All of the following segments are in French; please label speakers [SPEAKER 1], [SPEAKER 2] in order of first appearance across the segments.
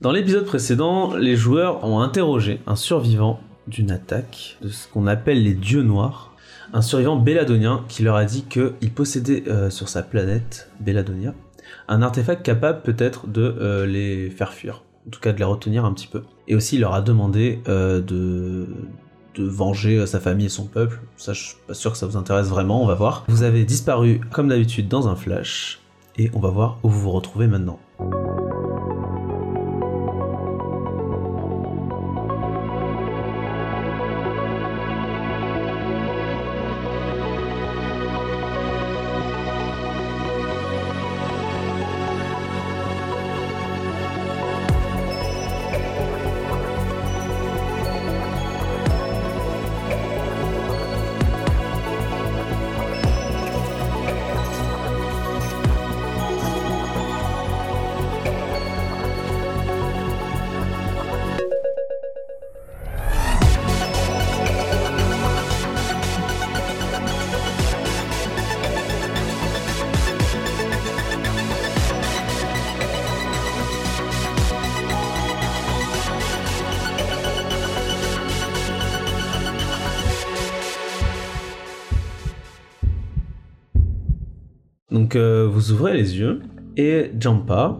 [SPEAKER 1] Dans l'épisode précédent, les joueurs ont interrogé un survivant d'une attaque de ce qu'on appelle les dieux noirs, un survivant belladonien qui leur a dit qu'il possédait euh, sur sa planète, Belladonia, un artefact capable peut-être de euh, les faire fuir, en tout cas de les retenir un petit peu. Et aussi il leur a demandé euh, de, de venger euh, sa famille et son peuple. Ça, je suis pas sûr que ça vous intéresse vraiment, on va voir. Vous avez disparu comme d'habitude dans un flash, et on va voir où vous vous retrouvez maintenant. Donc euh, vous ouvrez les yeux, et Jampa,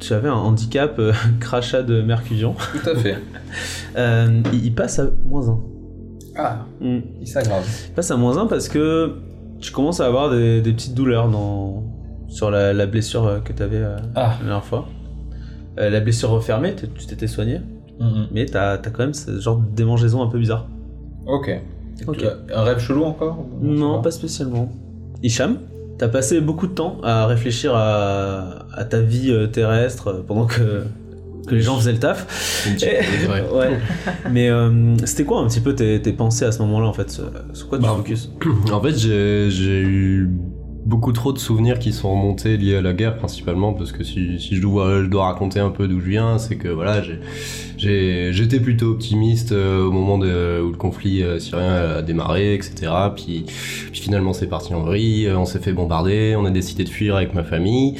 [SPEAKER 1] tu avais un handicap euh, crachat de Mercurion,
[SPEAKER 2] Tout à fait.
[SPEAKER 1] Euh, il, il passe à moins 1.
[SPEAKER 2] Ah, il s'aggrave.
[SPEAKER 1] passe à moins 1 parce que tu commences à avoir des, des petites douleurs dans, sur la, la blessure euh, que tu avais
[SPEAKER 2] Ah.
[SPEAKER 1] la dernière fois. Euh, la blessure refermée, t- tu t'étais soigné,
[SPEAKER 2] hum,
[SPEAKER 1] mais t'as as quand même ce genre de démangeaison un peu bizarre. euh,
[SPEAKER 2] Ok.
[SPEAKER 1] Ok.
[SPEAKER 2] Un rêve chelou encore
[SPEAKER 1] Non, pas spécialement. Hicham, t'as passé beaucoup de temps à réfléchir à, à ta vie euh, terrestre euh, pendant que, que les gens faisaient le taf. Et-
[SPEAKER 3] Ouais.
[SPEAKER 1] ouais. Mais euh, c'était quoi un petit peu tes, tes pensées à ce moment-là en fait sur- Sur quoi tu
[SPEAKER 3] Bah,
[SPEAKER 1] focus
[SPEAKER 3] En fait, j'ai j'ai eu beaucoup trop de souvenirs qui sont remontés liés à la guerre principalement parce que si, si je, dois, je dois raconter un peu d'où je viens, c'est que voilà, j'ai- j'ai- j'étais plutôt optimiste euh, au moment de- où le conflit euh, syrien a démarré, etc. Puis, puis finalement, c'est parti en vrille, euh, on s'est fait bombarder, on a décidé de fuir avec ma famille.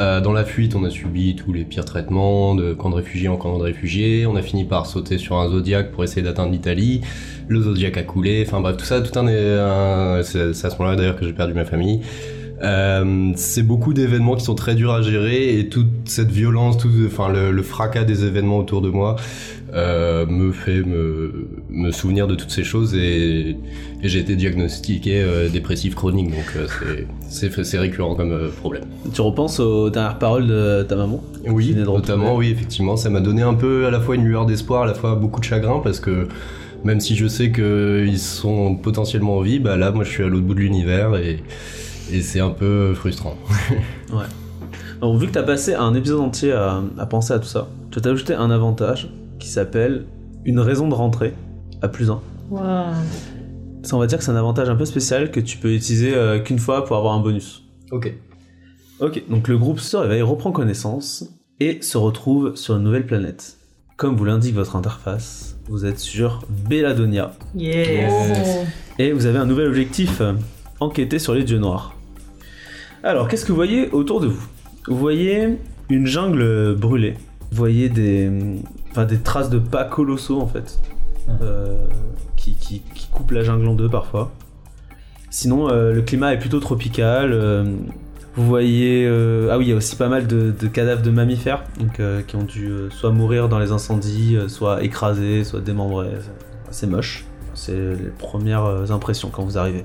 [SPEAKER 3] Euh, dans la fuite, on a subi tous les pires traitements, de camp de réfugiés en camp de réfugiés. On a fini par sauter sur un Zodiac pour essayer d'atteindre l'Italie le Zodiac a coulé, enfin bref, tout ça, tout un. un- c'est c'est à ce moment-là d'ailleurs que j'ai perdu ma famille. Euh, c'est beaucoup d'événements qui sont très durs à gérer et toute cette violence, tout, enfin le, le fracas des événements autour de moi euh, me fait me, me souvenir de toutes ces choses et, et j'ai été diagnostiqué euh, dépressif chronique donc euh, c'est- c'est c'est récurrent comme euh, problème.
[SPEAKER 1] Tu repenses aux dernières paroles de ta maman
[SPEAKER 3] Oui,
[SPEAKER 1] venais de
[SPEAKER 3] notamment, oui, effectivement, ça m'a donné un peu à la fois une lueur d'espoir, à la fois beaucoup de chagrin, parce que même si je sais qu'ils sont potentiellement en vie, bah là, moi, je suis à l'autre bout de l'univers et, et c'est un peu frustrant.
[SPEAKER 1] Alors, vu que t'as passé un épisode entier à, à penser à tout ça, tu t'as ajouté un avantage qui s'appelle une raison de rentrer à plus 1.
[SPEAKER 4] Waouh.
[SPEAKER 1] Ça, on va dire que c'est un avantage un peu spécial que tu peux utiliser euh, qu'une fois pour avoir un bonus.
[SPEAKER 3] Ok.
[SPEAKER 1] Ok, donc le groupe se réveille, reprend connaissance et se retrouve sur une nouvelle planète. Comme vous l'indique votre interface, vous êtes sur Belladonia
[SPEAKER 4] Yes.
[SPEAKER 1] et vous avez un nouvel objectif euh, enquêter sur les dieux noirs. Alors, qu'est-ce que vous voyez autour de vous Vous voyez une jungle brûlée. Vous voyez des, enfin, des traces de pas colossaux en fait, euh, qui, qui- qui coupent la jungle en deux parfois. Sinon, euh, le climat est plutôt tropical. euh, vous voyez, euh, ah oui, il y a aussi pas mal de, de cadavres de mammifères, donc euh, qui ont dû euh, soit mourir dans les incendies, euh, soit écrasés, soit démembrés. C'est moche. C'est les premières euh, impressions quand vous arrivez.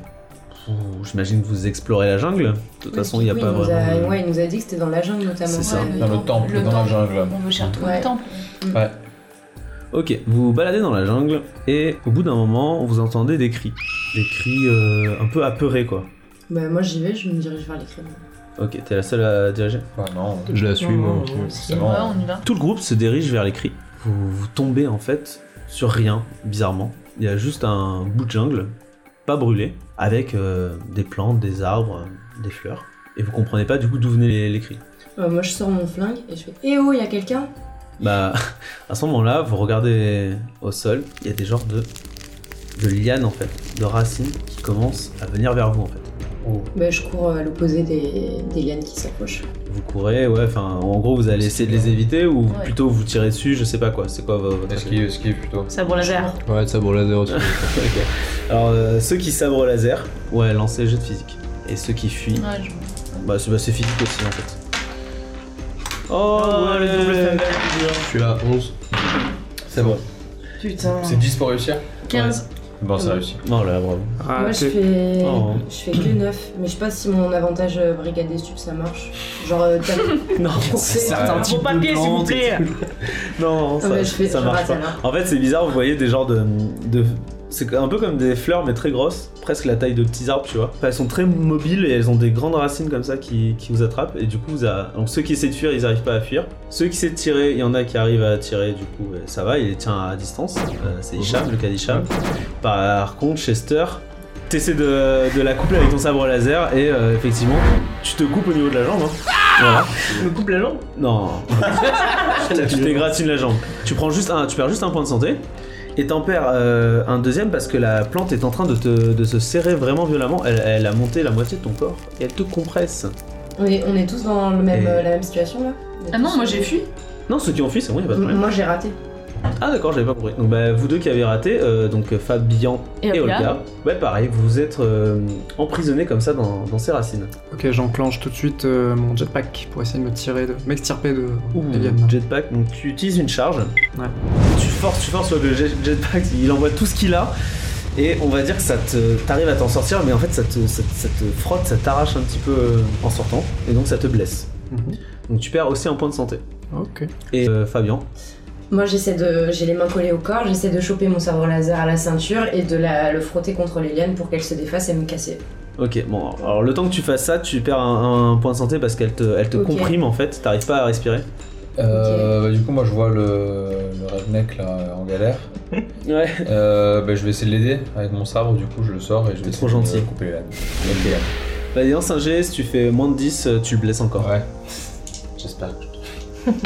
[SPEAKER 1] Vous- J'imagine que vous explorez la jungle. De toute façon, il n'y a
[SPEAKER 5] Oui,
[SPEAKER 1] pas
[SPEAKER 5] il nous a-
[SPEAKER 1] vraiment. de-
[SPEAKER 5] ouais, il nous a dit que c'était dans la jungle notamment.
[SPEAKER 1] C'est ça.
[SPEAKER 2] Dans le temple, dans la jungle.
[SPEAKER 6] On veut chercher retrouver
[SPEAKER 5] Ouais.
[SPEAKER 6] le temple.
[SPEAKER 1] Ok, vous vous baladez dans la jungle et au bout d'un moment, vous entendez des cris. Des cris euh, un peu apeurés quoi.
[SPEAKER 5] Bah, moi j'y vais, je me dirige vers les crèmes.
[SPEAKER 1] Ok, t'es la seule à diriger
[SPEAKER 2] Bah non.
[SPEAKER 3] Je la suis, moi.
[SPEAKER 2] C'est
[SPEAKER 6] Ouais,
[SPEAKER 2] bon.
[SPEAKER 6] on y va.
[SPEAKER 1] Tout le groupe se dirige vers les cris. Vous, vous tombez en fait sur rien, bizarrement. Il y a juste un bout de jungle, pas brûlé, avec euh, des plantes, des arbres, euh, des fleurs. Et vous comprenez pas du coup d'où venaient les, les cris.
[SPEAKER 5] Euh, moi je sors mon flingue et je fais Eh oh, il y a quelqu'un
[SPEAKER 1] Bah, à ce moment-là, vous regardez au sol, il y a des genres de, de lianes en fait, de racines qui commencent à venir vers vous en fait.
[SPEAKER 5] Bah, je cours à l'opposé des, des lianes qui s'approchent.
[SPEAKER 1] Vous courez, ouais, enfin, en gros, vous allez
[SPEAKER 2] C'est
[SPEAKER 1] essayer de
[SPEAKER 2] clair.
[SPEAKER 1] les éviter ou
[SPEAKER 4] Ouais.
[SPEAKER 1] plutôt vous tirez dessus, je sais pas quoi, c'est quoi vo- votre. action
[SPEAKER 2] Esquive, esquive plutôt.
[SPEAKER 4] Sabre laser.
[SPEAKER 3] Ouais, de sabre laser aussi.
[SPEAKER 1] Ok. Alors, euh, ceux qui sabrent au laser, ouais, lancez le jet de physique. Et ceux qui fuient,
[SPEAKER 4] Ouais, je...
[SPEAKER 1] bah c'est bah, c'est physique aussi en fait. Oh, ouais,
[SPEAKER 4] le double
[SPEAKER 1] ouais.
[SPEAKER 4] femelle.
[SPEAKER 3] Je suis à 11.
[SPEAKER 2] C'est bon.
[SPEAKER 4] Putain.
[SPEAKER 2] C'est 10 pour réussir
[SPEAKER 4] 15.
[SPEAKER 2] Bon, c'est réussi.
[SPEAKER 1] Non, là, bravo.
[SPEAKER 6] Ah,
[SPEAKER 5] Moi, je
[SPEAKER 6] t'es-
[SPEAKER 5] fais...
[SPEAKER 1] Oh.
[SPEAKER 5] je fais que 9, mais je sais pas si mon avantage euh, brigade des subs ça marche. Genre, euh, t'as-
[SPEAKER 1] Non,
[SPEAKER 5] c'est
[SPEAKER 4] Un
[SPEAKER 1] type
[SPEAKER 4] gros papier,
[SPEAKER 1] de
[SPEAKER 4] s'il vous
[SPEAKER 1] plante et
[SPEAKER 4] plaît.
[SPEAKER 1] Non,
[SPEAKER 5] Ah
[SPEAKER 1] ça,
[SPEAKER 5] ouais, je fais
[SPEAKER 1] ça
[SPEAKER 5] je
[SPEAKER 1] marche
[SPEAKER 5] rate,
[SPEAKER 1] pas.
[SPEAKER 5] ça marche.
[SPEAKER 1] En fait, c'est bizarre, vous voyez des genres de. de- c'est un peu comme des fleurs, mais très grosses, presque la taille de petits arbres, tu vois. Enfin, elles sont très mobiles et elles ont des grandes racines comme ça qui, qui vous attrapent. Et du coup, vous a... Donc, ceux qui essaient de fuir, ils arrivent pas à fuir. Ceux qui essaient de tirer, il y en a qui arrivent à tirer, du coup, euh, ça va, il les tient à distance. Euh, c'est Hicham, le cas d'Hicham. Par contre, Chester, t'essaies de, de la couper avec ton sabre laser et euh, effectivement, tu te coupes au niveau de la jambe. hein. Voilà.
[SPEAKER 4] Je Ah me coupe la jambe.
[SPEAKER 1] Non. tu t'égratines la jambe. Tu prends juste un, tu perds juste un point de santé. Et t'en perds euh, un deuxième parce que la plante est en train de, te- de se serrer vraiment violemment. Elle, elle a monté la moitié de ton corps et elle te compresse.
[SPEAKER 5] On est, on est tous dans le même,
[SPEAKER 1] Et-
[SPEAKER 5] euh, la même situation là On est
[SPEAKER 4] Ah non,
[SPEAKER 5] tous-
[SPEAKER 4] moi j'ai fui.
[SPEAKER 1] Non, ceux qui ont fui, c'est bon, y a pas de
[SPEAKER 5] M-
[SPEAKER 1] problème.
[SPEAKER 5] Moi j'ai raté.
[SPEAKER 1] Ah d'accord, j'avais pas compris. Donc bah, vous deux qui avez raté, euh, donc euh, Fabian
[SPEAKER 4] Et
[SPEAKER 1] et,
[SPEAKER 4] Olga.
[SPEAKER 1] Olga, ouais pareil, vous êtes euh, emprisonnés comme ça dans, dans ses racines.
[SPEAKER 6] Ok, j'enclenche tout de suite euh, mon jetpack pour essayer de me tirer, de m'extirper de des lianes.
[SPEAKER 1] Eh Jetpack, donc tu utilises une charge.
[SPEAKER 6] Ouais.
[SPEAKER 1] Tu forces, tu forces sur le jet- jetpack, il envoie tout ce qu'il a. Et on va dire que ça te, t'arrives à t'en sortir, mais en fait ça te, ça, te- ça te frotte, ça t'arrache un petit peu euh, en sortant, et donc ça te blesse.
[SPEAKER 6] Mhm.
[SPEAKER 1] Donc tu perds aussi un point de santé.
[SPEAKER 6] Ok.
[SPEAKER 1] Et euh, Fabian,
[SPEAKER 5] Moi j'essaie de. J'ai les mains collées au corps, j'essaie de choper mon sabre laser à la ceinture et de la, le frotter contre les lianes pour qu'elle se défasse et me casser.
[SPEAKER 1] ok, bon, alors le temps que tu fasses ça, tu perds un, un point de santé parce qu'elle te, elle te
[SPEAKER 5] Ok.
[SPEAKER 1] comprime en fait, t'arrives pas à respirer.
[SPEAKER 2] Euh, bah, du coup, moi je vois le, le redneck là en galère.
[SPEAKER 1] Ouais.
[SPEAKER 2] Euh, bah, je vais essayer de l'aider avec mon sabre, du coup je le sors et je vais
[SPEAKER 1] T'es trop
[SPEAKER 2] essayer de
[SPEAKER 1] gentil.
[SPEAKER 2] couper les lames. Avec les lames.
[SPEAKER 1] Bah, dis donc, c'est un G, si tu fais moins de 10, euh, tu le blesses encore.
[SPEAKER 2] Ouais. J'espère que je te.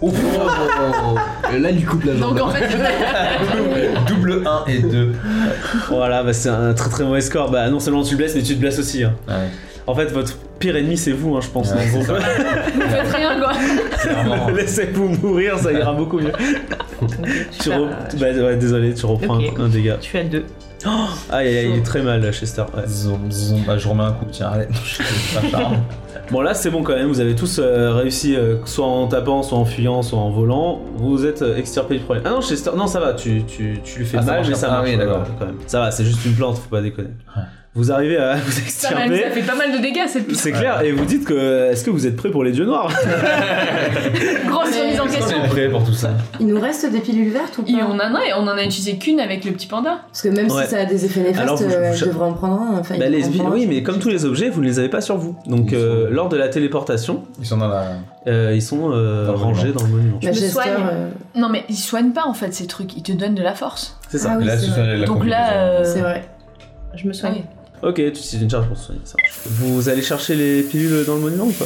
[SPEAKER 2] Ouf Euh,
[SPEAKER 3] Et là, il coupe la jambe.
[SPEAKER 4] Donc en fait,
[SPEAKER 2] Double 1 et 2.
[SPEAKER 1] Voilà, bah, c'est un très très mauvais score. Bah, non seulement tu le blesses, mais tu te blesses aussi. hein.
[SPEAKER 2] Ouais.
[SPEAKER 1] En fait, votre pire ennemi, c'est vous, hein, je pense.
[SPEAKER 2] Ouais,
[SPEAKER 1] Donc,
[SPEAKER 2] c'est
[SPEAKER 4] vous faites rien quoi.
[SPEAKER 2] Clairement.
[SPEAKER 1] Laissez-vous mourir, ça ira beaucoup mieux. tu
[SPEAKER 4] fais,
[SPEAKER 1] re-
[SPEAKER 4] euh,
[SPEAKER 1] bah, ouais, désolé, tu reprends
[SPEAKER 4] Ok.
[SPEAKER 1] un, un dégât.
[SPEAKER 4] Je suis à 2.
[SPEAKER 1] Aïe, aïe, aïe, il est très mal, Chester. ouais.
[SPEAKER 2] Zoom, zoom. Ah, je remets un coup, tiens, allez. Pas charme.
[SPEAKER 1] Bon, là, c'est bon quand même, vous avez tous euh, réussi, euh, soit en tapant, soit en fuyant, soit en volant. Vous êtes euh, extirpé du problème. Ah non, Chester, non, ça va, tu, tu, tu lui fais
[SPEAKER 2] Ah, ça
[SPEAKER 1] mal,
[SPEAKER 2] marche
[SPEAKER 1] mais
[SPEAKER 2] comme
[SPEAKER 1] ça
[SPEAKER 2] ça. Ah
[SPEAKER 1] marche
[SPEAKER 2] oui,
[SPEAKER 1] euh,
[SPEAKER 2] d'accord.
[SPEAKER 1] quand même. Ça va, c'est juste une plante, faut pas déconner. Vous arrivez à vous
[SPEAKER 4] Ça, m'a- ça
[SPEAKER 1] extirper.
[SPEAKER 4] fait pas mal de dégâts cette petite
[SPEAKER 1] C'est clair, et vous dites que. Est-ce que vous êtes prêts pour les dieux noirs
[SPEAKER 4] grosse remise en
[SPEAKER 2] Est-ce
[SPEAKER 4] question.
[SPEAKER 2] qu'on est prêt pour tout ça
[SPEAKER 5] Il nous reste des pilules vertes ou pas
[SPEAKER 4] Et on en a, on en a utilisé qu'une avec le petit panda.
[SPEAKER 5] Parce que même
[SPEAKER 1] Ouais.
[SPEAKER 5] si ça a des effets néfastes,
[SPEAKER 1] Alors, vous- vous-
[SPEAKER 5] euh, je
[SPEAKER 1] vous-
[SPEAKER 5] devrais en prendre un. Enfin,
[SPEAKER 1] Bah,
[SPEAKER 5] il
[SPEAKER 1] les
[SPEAKER 5] devrait en
[SPEAKER 1] sbi-
[SPEAKER 5] prendre un.
[SPEAKER 1] oui, mais comme tous les objets, vous ne les avez pas sur vous. Donc,
[SPEAKER 2] Ils
[SPEAKER 1] euh,
[SPEAKER 2] sont-
[SPEAKER 1] lors de la téléportation,
[SPEAKER 2] Ils sont dans la.
[SPEAKER 1] euh, ils sont euh,
[SPEAKER 2] Dans le
[SPEAKER 1] rangés
[SPEAKER 2] monument.
[SPEAKER 1] dans le monument.
[SPEAKER 5] La
[SPEAKER 4] Je me
[SPEAKER 5] Chester,
[SPEAKER 4] soigne.
[SPEAKER 5] euh,
[SPEAKER 4] Non mais ils soignent pas en fait ces trucs, ils te donnent de la force.
[SPEAKER 1] C'est ça.
[SPEAKER 5] Ah oui,
[SPEAKER 2] là,
[SPEAKER 5] c'est
[SPEAKER 2] ce
[SPEAKER 5] vrai.
[SPEAKER 2] serait la
[SPEAKER 4] Donc
[SPEAKER 2] conclusion.
[SPEAKER 4] là, euh,
[SPEAKER 5] C'est vrai.
[SPEAKER 4] je me soigne.
[SPEAKER 1] Ok, tu utilises une charge pour se soigner, ça. marche. Vous allez chercher les pilules dans le monument ou pas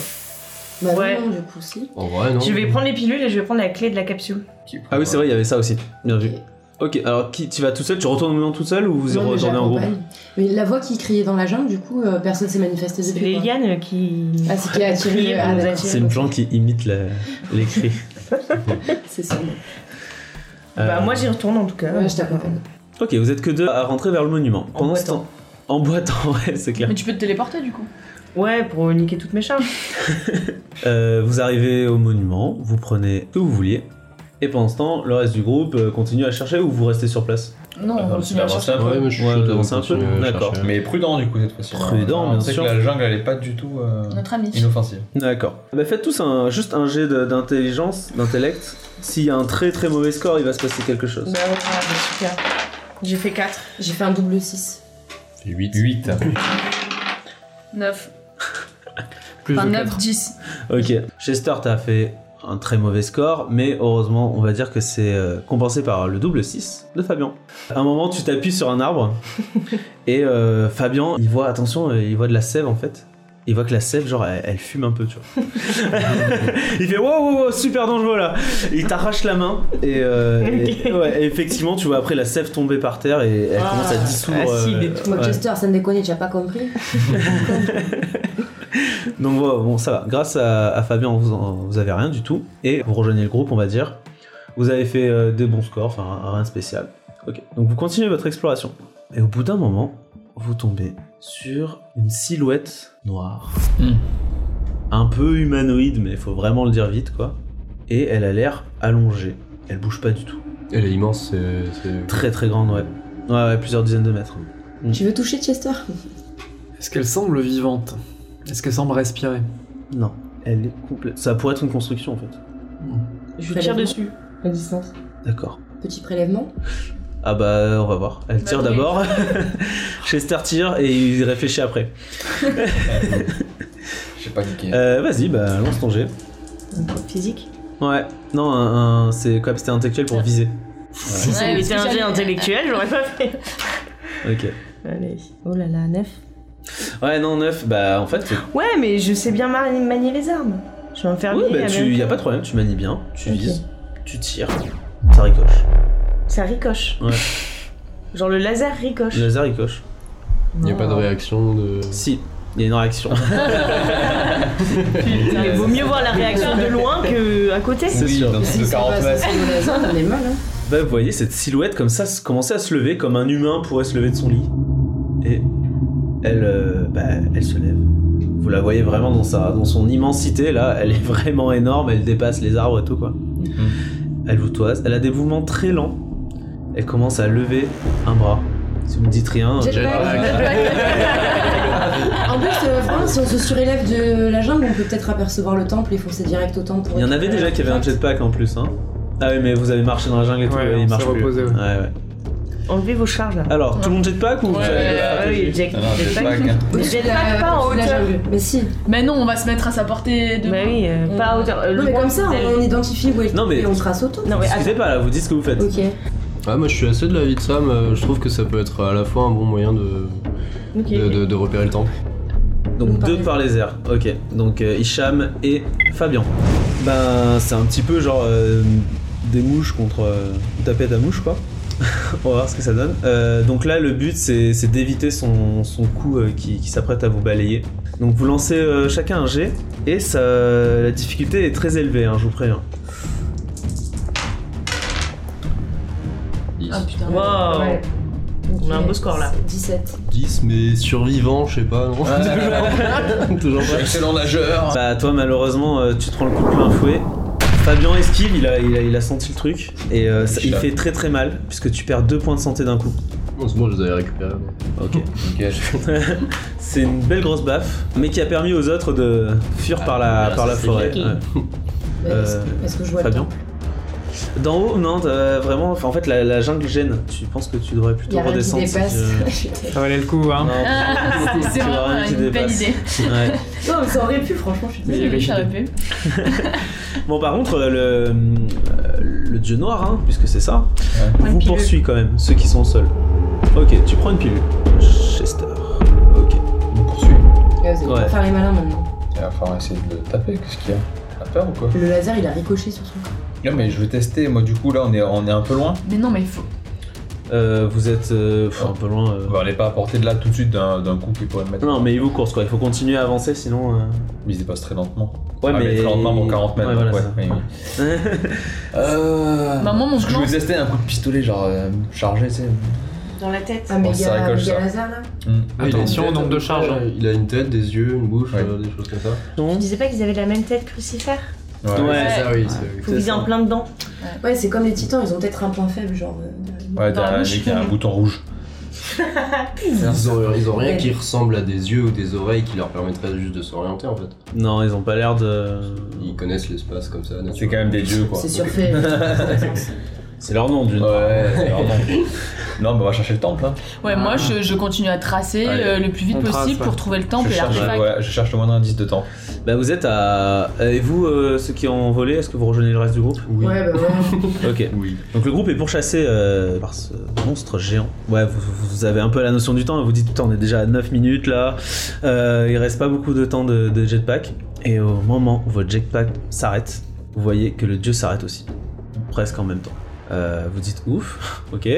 [SPEAKER 5] Bah,
[SPEAKER 7] Ouais.
[SPEAKER 5] non, du coup, si.
[SPEAKER 3] En vrai, non.
[SPEAKER 7] Je vais prendre les pilules et je vais prendre la clé de la capsule.
[SPEAKER 5] euh,
[SPEAKER 1] Ah oui, c'est vrai, il y avait ça aussi. Bien vu. Ok, alors qui, tu vas tout seul Tu retournes au monument tout seul ou vous y
[SPEAKER 5] Non, mais
[SPEAKER 1] retournez en groupe
[SPEAKER 5] j'accompagne. Mais la voix qui criait dans la jungle, du coup, euh, personne s'est manifesté
[SPEAKER 7] C'est les
[SPEAKER 5] depuis. quoi.
[SPEAKER 7] lianes qui.
[SPEAKER 5] Ah, c'est qui a attiré.
[SPEAKER 7] Crier pour
[SPEAKER 5] ah,
[SPEAKER 7] nous
[SPEAKER 5] d'accord.
[SPEAKER 7] attirer.
[SPEAKER 1] C'est une plante qui imite la- les cris.
[SPEAKER 5] C'est ça. Ouais,
[SPEAKER 7] Bah,
[SPEAKER 1] Euh,
[SPEAKER 7] moi j'y retourne en tout cas.
[SPEAKER 5] je t'accompagne.
[SPEAKER 1] Ok, vous êtes que deux à rentrer vers le monument. Pendant ce
[SPEAKER 7] boitant.
[SPEAKER 1] temps. En boitant, ouais, c'est clair.
[SPEAKER 4] Mais tu peux te téléporter du coup.
[SPEAKER 7] Ouais, pour niquer toutes mes charges.
[SPEAKER 1] Euh, vous arrivez au monument, vous prenez ce que vous vouliez. Et pendant ce temps, le reste du groupe euh, continue à chercher ou vous restez sur place
[SPEAKER 4] Non, on
[SPEAKER 2] Attends,
[SPEAKER 4] continue à
[SPEAKER 2] tu vas avancer
[SPEAKER 4] chercher.
[SPEAKER 2] un peu
[SPEAKER 3] Ouais, mais je suis
[SPEAKER 1] Ouais,
[SPEAKER 3] chaud de
[SPEAKER 1] c'est un peu-
[SPEAKER 3] continuer à
[SPEAKER 1] d'accord.
[SPEAKER 3] chercher.
[SPEAKER 2] Mais prudent du coup cette fois-ci.
[SPEAKER 1] Prudent, bien
[SPEAKER 2] On sait
[SPEAKER 1] sûr.
[SPEAKER 2] que la jungle elle est pas du tout euh,
[SPEAKER 4] Notre ami.
[SPEAKER 2] inoffensive.
[SPEAKER 1] D'accord. Bah faites tous un, juste un jet de- d'intelligence, d'intellect. S'il y a un très très mauvais score, il va se passer quelque chose.
[SPEAKER 7] Bah, ouais, ah, bah, super. J'ai fait 4.
[SPEAKER 5] J'ai fait un double 6.
[SPEAKER 3] 8.
[SPEAKER 2] 8.
[SPEAKER 4] 9,
[SPEAKER 6] Plus
[SPEAKER 4] enfin
[SPEAKER 6] de
[SPEAKER 4] 9,
[SPEAKER 6] quatre.
[SPEAKER 4] 10.
[SPEAKER 1] Ok. Chester, t'as fait un très mauvais score, mais heureusement, on va dire que c'est euh, compensé par le double 6 de Fabian. À un moment, tu t'appuies sur un arbre et euh, Fabian, il voit, attention, euh, il voit de la sève en fait. il voit que la sève, genre, elle, elle fume un peu, tu vois. il fait wow, wow, wow, super dangereux là. Il t'arrache la main et, euh, et- ouais, et effectivement, tu vois après la sève tomber par terre et elle
[SPEAKER 7] Ah,
[SPEAKER 1] commence à dissoudre. euh,
[SPEAKER 7] acide et tout.
[SPEAKER 1] ouais.
[SPEAKER 5] Manchester, ça me déconne, tu as pas compris
[SPEAKER 1] Donc voilà, bon, ça va. Grâce à, à Fabien, vous, en- vous avez rien du tout. Et vous rejoignez le groupe, on va dire. Vous avez fait euh, des bons scores, enfin rien de spécial. Ok, donc vous continuez votre exploration. Et au bout d'un moment, vous tombez sur une silhouette noire.
[SPEAKER 2] Hmm.
[SPEAKER 1] Un peu humanoïde, mais il faut vraiment le dire vite, quoi. Et elle a l'air allongée. Elle bouge pas du tout.
[SPEAKER 3] Elle est immense, c'est- c'est.
[SPEAKER 1] Très très grande, ouais. Ouais, ouais, plusieurs dizaines de mètres.
[SPEAKER 5] Tu veux toucher Chester
[SPEAKER 6] Est-ce qu'elle semble vivante Est-ce qu'elle semble respirer
[SPEAKER 1] Non, elle est complète. Ça pourrait être une construction, en fait.
[SPEAKER 7] Je
[SPEAKER 5] Prélèvement.
[SPEAKER 7] tire dessus.
[SPEAKER 5] À distance.
[SPEAKER 1] D'accord.
[SPEAKER 5] Petit prélèvement
[SPEAKER 1] Ah bah on va voir. Elle tire
[SPEAKER 4] Bah, oui.
[SPEAKER 1] d'abord. Chester tire et il réfléchit après.
[SPEAKER 2] J'ai pas niqué.
[SPEAKER 1] Euh, Vas-y, bah lance ton jet.
[SPEAKER 7] Physique
[SPEAKER 1] Ouais. Non, un, un- c'est quoi C'était intellectuel pour viser.
[SPEAKER 7] Si ça
[SPEAKER 4] Ouais,
[SPEAKER 7] avait
[SPEAKER 4] parce
[SPEAKER 7] été
[SPEAKER 4] que
[SPEAKER 7] un
[SPEAKER 4] j'avais-
[SPEAKER 7] jet intellectuel, j'aurais pas fait.
[SPEAKER 1] Ok.
[SPEAKER 7] Allez. Oh là là, neuf.
[SPEAKER 1] Ouais, non, 9. Bah en fait,
[SPEAKER 7] Ouais, mais je sais bien mani- manier les armes. Je suis un fermier.
[SPEAKER 1] ouais, bah,
[SPEAKER 7] avec-
[SPEAKER 1] tu, y a pas de problème. Tu manies bien, tu
[SPEAKER 7] Ok.
[SPEAKER 1] vises, tu tires, ça ricoche.
[SPEAKER 7] Ça ricoche.
[SPEAKER 1] Ouais.
[SPEAKER 7] Genre le laser ricoche.
[SPEAKER 1] Le laser ricoche.
[SPEAKER 3] Il n'y a pas de réaction de.
[SPEAKER 1] Si, il y a une réaction.
[SPEAKER 7] Mais vaut mieux voir la réaction de loin que à côté.
[SPEAKER 1] c'est sûr.
[SPEAKER 2] dans
[SPEAKER 5] Si
[SPEAKER 2] de
[SPEAKER 5] ça
[SPEAKER 2] 40
[SPEAKER 5] passe,
[SPEAKER 2] mètres.
[SPEAKER 5] c'est malaisant, on est mal, hein.
[SPEAKER 1] Bah vous voyez cette silhouette comme ça se- commencer à se lever comme un humain pourrait se lever de son lit. Et elle, euh, bah, elle se lève. Vous la voyez vraiment dans, sa, dans son immensité là, elle est vraiment énorme, elle dépasse les arbres et tout quoi.
[SPEAKER 6] Mm-hmm.
[SPEAKER 1] Elle vous toise, elle a des mouvements très lents. Elle commence à lever un bras. Si vous me dites rien, euh,
[SPEAKER 5] Jetpack. En plus, euh, vraiment, si on se surélève de la jungle, on peut peut-être apercevoir le temple et foncer direct au temple. pour
[SPEAKER 1] il y en avait
[SPEAKER 5] récupérer
[SPEAKER 1] déjà
[SPEAKER 5] la
[SPEAKER 1] qui avait un
[SPEAKER 5] carte.
[SPEAKER 1] jetpack en plus. Hein. Ah oui mais vous avez marché dans la jungle et tout,
[SPEAKER 6] Ouais, on
[SPEAKER 1] il
[SPEAKER 6] s'est
[SPEAKER 1] marche plus.
[SPEAKER 6] reposé, ouais.
[SPEAKER 1] ouais.
[SPEAKER 7] Enlevez vos charges là.
[SPEAKER 1] Alors tout le monde jetpack ou vous avez-
[SPEAKER 7] Ah oui, Jack.
[SPEAKER 2] Non, non,
[SPEAKER 7] Jack-
[SPEAKER 2] jetpack, hein.
[SPEAKER 5] Au-dessus de
[SPEAKER 7] Jetpack,
[SPEAKER 5] la-
[SPEAKER 7] pas en
[SPEAKER 5] au-dessus de la
[SPEAKER 7] hauteur.
[SPEAKER 5] jungle. Mais si.
[SPEAKER 4] Mais non, on va se mettre à sa portée de.
[SPEAKER 7] Bah oui, euh,
[SPEAKER 5] Mm.
[SPEAKER 7] pas à hauteur. euh,
[SPEAKER 5] Non,
[SPEAKER 7] le
[SPEAKER 5] mais
[SPEAKER 7] point
[SPEAKER 5] comme ça,
[SPEAKER 7] d'elle-
[SPEAKER 5] on identifie où est
[SPEAKER 1] Non, mais- Oh.
[SPEAKER 5] et on trace autour.
[SPEAKER 7] Non, mais
[SPEAKER 1] Discutez pas là, vous dites ce que vous faites.
[SPEAKER 5] Ok.
[SPEAKER 3] Ah, moi je suis assez de l'avis de Sam, euh, je trouve que ça peut être à la fois un bon moyen de,
[SPEAKER 7] Ok.
[SPEAKER 3] de, de- de repérer le temple.
[SPEAKER 1] Donc
[SPEAKER 5] Donc, par
[SPEAKER 1] deux
[SPEAKER 5] les
[SPEAKER 1] par les airs. Ok. Donc euh, Hicham et Fabian. Ben c'est un petit peu genre euh, des mouches contre euh, taper ta mouche quoi. On va voir ce que ça donne. Euh, donc là le but c'est c'est d'éviter son, son coup euh, qui, qui s'apprête à vous balayer. Donc vous lancez euh, chacun un jet et ça, la difficulté est très élevée, hein, je vous préviens.
[SPEAKER 4] Ah putain.
[SPEAKER 7] Wow.
[SPEAKER 5] Ouais.
[SPEAKER 7] On a un beau score là.
[SPEAKER 5] 17.
[SPEAKER 3] 10, mais survivant, je sais pas, non Toujours
[SPEAKER 2] Je suis
[SPEAKER 3] pas.
[SPEAKER 2] Excellent nageur.
[SPEAKER 1] Bah toi malheureusement euh, tu te prends le coup de plein fouet. Fabian esquive, il a, il a, il a senti le truc et euh, ça- il
[SPEAKER 2] Hicham.
[SPEAKER 1] fait très très mal puisque tu perds deux points de santé d'un coup.
[SPEAKER 3] Bon, c'est bon, je les avais récupérés.
[SPEAKER 1] Ok.
[SPEAKER 2] Ok, je-
[SPEAKER 1] C'est une belle grosse baffe, mais qui a permis aux autres de fuir par la,
[SPEAKER 3] voilà,
[SPEAKER 1] par
[SPEAKER 3] ça,
[SPEAKER 1] la
[SPEAKER 3] c'est
[SPEAKER 1] forêt.
[SPEAKER 7] claqué.
[SPEAKER 1] ouais.
[SPEAKER 5] Ouais,
[SPEAKER 1] Euh,
[SPEAKER 5] Est-ce que- est-ce que je vois le
[SPEAKER 1] Fabien
[SPEAKER 5] temple
[SPEAKER 1] D'en haut, non, t'as vraiment. enfin, en fait, la, la jungle gêne. Tu penses que tu devrais
[SPEAKER 5] Il y
[SPEAKER 1] plutôt
[SPEAKER 5] a rien qui
[SPEAKER 1] redescendre. si tu-
[SPEAKER 5] dépasse.
[SPEAKER 6] Ça valait le coup, hein
[SPEAKER 1] Non,
[SPEAKER 4] Ah, c'est
[SPEAKER 1] tu vois
[SPEAKER 4] vraiment
[SPEAKER 1] rien qui
[SPEAKER 4] une belle
[SPEAKER 1] dépasse.
[SPEAKER 4] idée.
[SPEAKER 1] ouais.
[SPEAKER 5] non, mais ça aurait pu, franchement, je suis désolée.
[SPEAKER 4] Oui, j'aurais pu.
[SPEAKER 1] Bon, par contre, le, euh, le dieu noir, hein, puisque c'est ça,
[SPEAKER 4] Prends une
[SPEAKER 1] vous
[SPEAKER 4] pilule.
[SPEAKER 1] poursuit quand même, ceux qui sont seuls. Ok, tu prends une pilule. Chester. Ok.
[SPEAKER 2] On poursuit.
[SPEAKER 5] Ouais, vous allez
[SPEAKER 1] Ouais.
[SPEAKER 5] pas faire les malins maintenant.
[SPEAKER 2] Il va falloir essayer de le taper. Qu'est-ce qu'il y a T'as peur ou quoi
[SPEAKER 5] Le laser, il a ricoché sur son
[SPEAKER 2] Non, mais je vais tester. Moi, du coup, là, on est, on est un peu loin.
[SPEAKER 4] Mais non, mais il faut.
[SPEAKER 1] Euh, vous êtes euh, pff, un peu loin. euh.
[SPEAKER 2] On va aller pas à portée de là tout de suite d'un d'un coup qui pourrait le mettre.
[SPEAKER 1] Non, mais il vous course quoi, il faut continuer à avancer sinon. euh,
[SPEAKER 2] Mais il se dépasse très lentement.
[SPEAKER 1] Ouais,
[SPEAKER 2] Ah,
[SPEAKER 1] mais.
[SPEAKER 2] Très lentement pour 40 mètres.
[SPEAKER 1] Ouais,
[SPEAKER 2] donc
[SPEAKER 1] voilà, Bah,
[SPEAKER 2] ouais, oui, oui. Euh.
[SPEAKER 4] Maman, Bah, mon
[SPEAKER 2] Parce que je
[SPEAKER 4] plan.
[SPEAKER 2] voulais tester un coup de pistolet, genre euh, chargé, tu sais.
[SPEAKER 7] Dans la tête.
[SPEAKER 5] Ah, mais
[SPEAKER 2] Oh,
[SPEAKER 5] il y
[SPEAKER 2] ça
[SPEAKER 5] a
[SPEAKER 2] rigole,
[SPEAKER 5] il y a
[SPEAKER 2] ça.
[SPEAKER 5] laser là
[SPEAKER 2] Hmm.
[SPEAKER 6] Ah, il a Attention une au tête, nombre de charges, hein.
[SPEAKER 3] Il a une tête, des yeux, une bouche,
[SPEAKER 2] Ouais.
[SPEAKER 3] euh, des choses comme ça.
[SPEAKER 7] Tu
[SPEAKER 1] Non.
[SPEAKER 7] disais pas qu'ils avaient la même tête crucifère
[SPEAKER 1] Ouais.
[SPEAKER 3] C'est ça, oui. c'est-
[SPEAKER 7] Faut
[SPEAKER 1] C'est
[SPEAKER 7] viser
[SPEAKER 1] ça.
[SPEAKER 7] en plein dedans.
[SPEAKER 5] Ouais, c'est comme les titans, ils ont peut-être un point faible, genre. euh,
[SPEAKER 2] Ouais,
[SPEAKER 4] Dans la
[SPEAKER 2] derrière,
[SPEAKER 4] bouche.
[SPEAKER 2] mec, il y a un bouton rouge.
[SPEAKER 3] Ils ont, ils ont rien
[SPEAKER 5] Ouais.
[SPEAKER 3] qui ressemble à des yeux ou des oreilles qui leur permettraient juste de s'orienter en fait.
[SPEAKER 1] Non, ils ont pas l'air de.
[SPEAKER 3] Ils connaissent l'espace comme ça.
[SPEAKER 2] C'est quand même des dieux, quoi.
[SPEAKER 5] C'est surfait.
[SPEAKER 1] C'est leur nom, d'une.
[SPEAKER 2] Ouais, vraiment. Non, mais on va chercher le temple. Hein.
[SPEAKER 4] Ouais,
[SPEAKER 6] Ah.
[SPEAKER 4] moi je, je continue à tracer
[SPEAKER 2] Allez.
[SPEAKER 4] euh, le plus vite
[SPEAKER 6] On trace,
[SPEAKER 4] possible
[SPEAKER 6] ouais.
[SPEAKER 4] pour trouver le temple
[SPEAKER 2] je,
[SPEAKER 4] et
[SPEAKER 2] cherche,
[SPEAKER 4] l'artefact.
[SPEAKER 2] ouais, je cherche le moindre indice de temple.
[SPEAKER 1] Bah, vous êtes à. Et vous, euh, ceux qui ont volé, est-ce que vous rejoignez le reste du groupe
[SPEAKER 3] Oui.
[SPEAKER 5] Ouais, bah ouais.
[SPEAKER 1] Ok.
[SPEAKER 3] Oui.
[SPEAKER 1] Donc le groupe est pourchassé euh, par ce monstre géant. Ouais, vous, vous avez un peu la notion du temps, hein. vous dites, putain, on est déjà à 9 minutes là, Euh, il reste pas beaucoup de temps de, de jetpack. Et au moment où votre jetpack s'arrête, vous voyez que le dieu s'arrête aussi. Presque en même temps. Euh, vous dites, ouf, ok.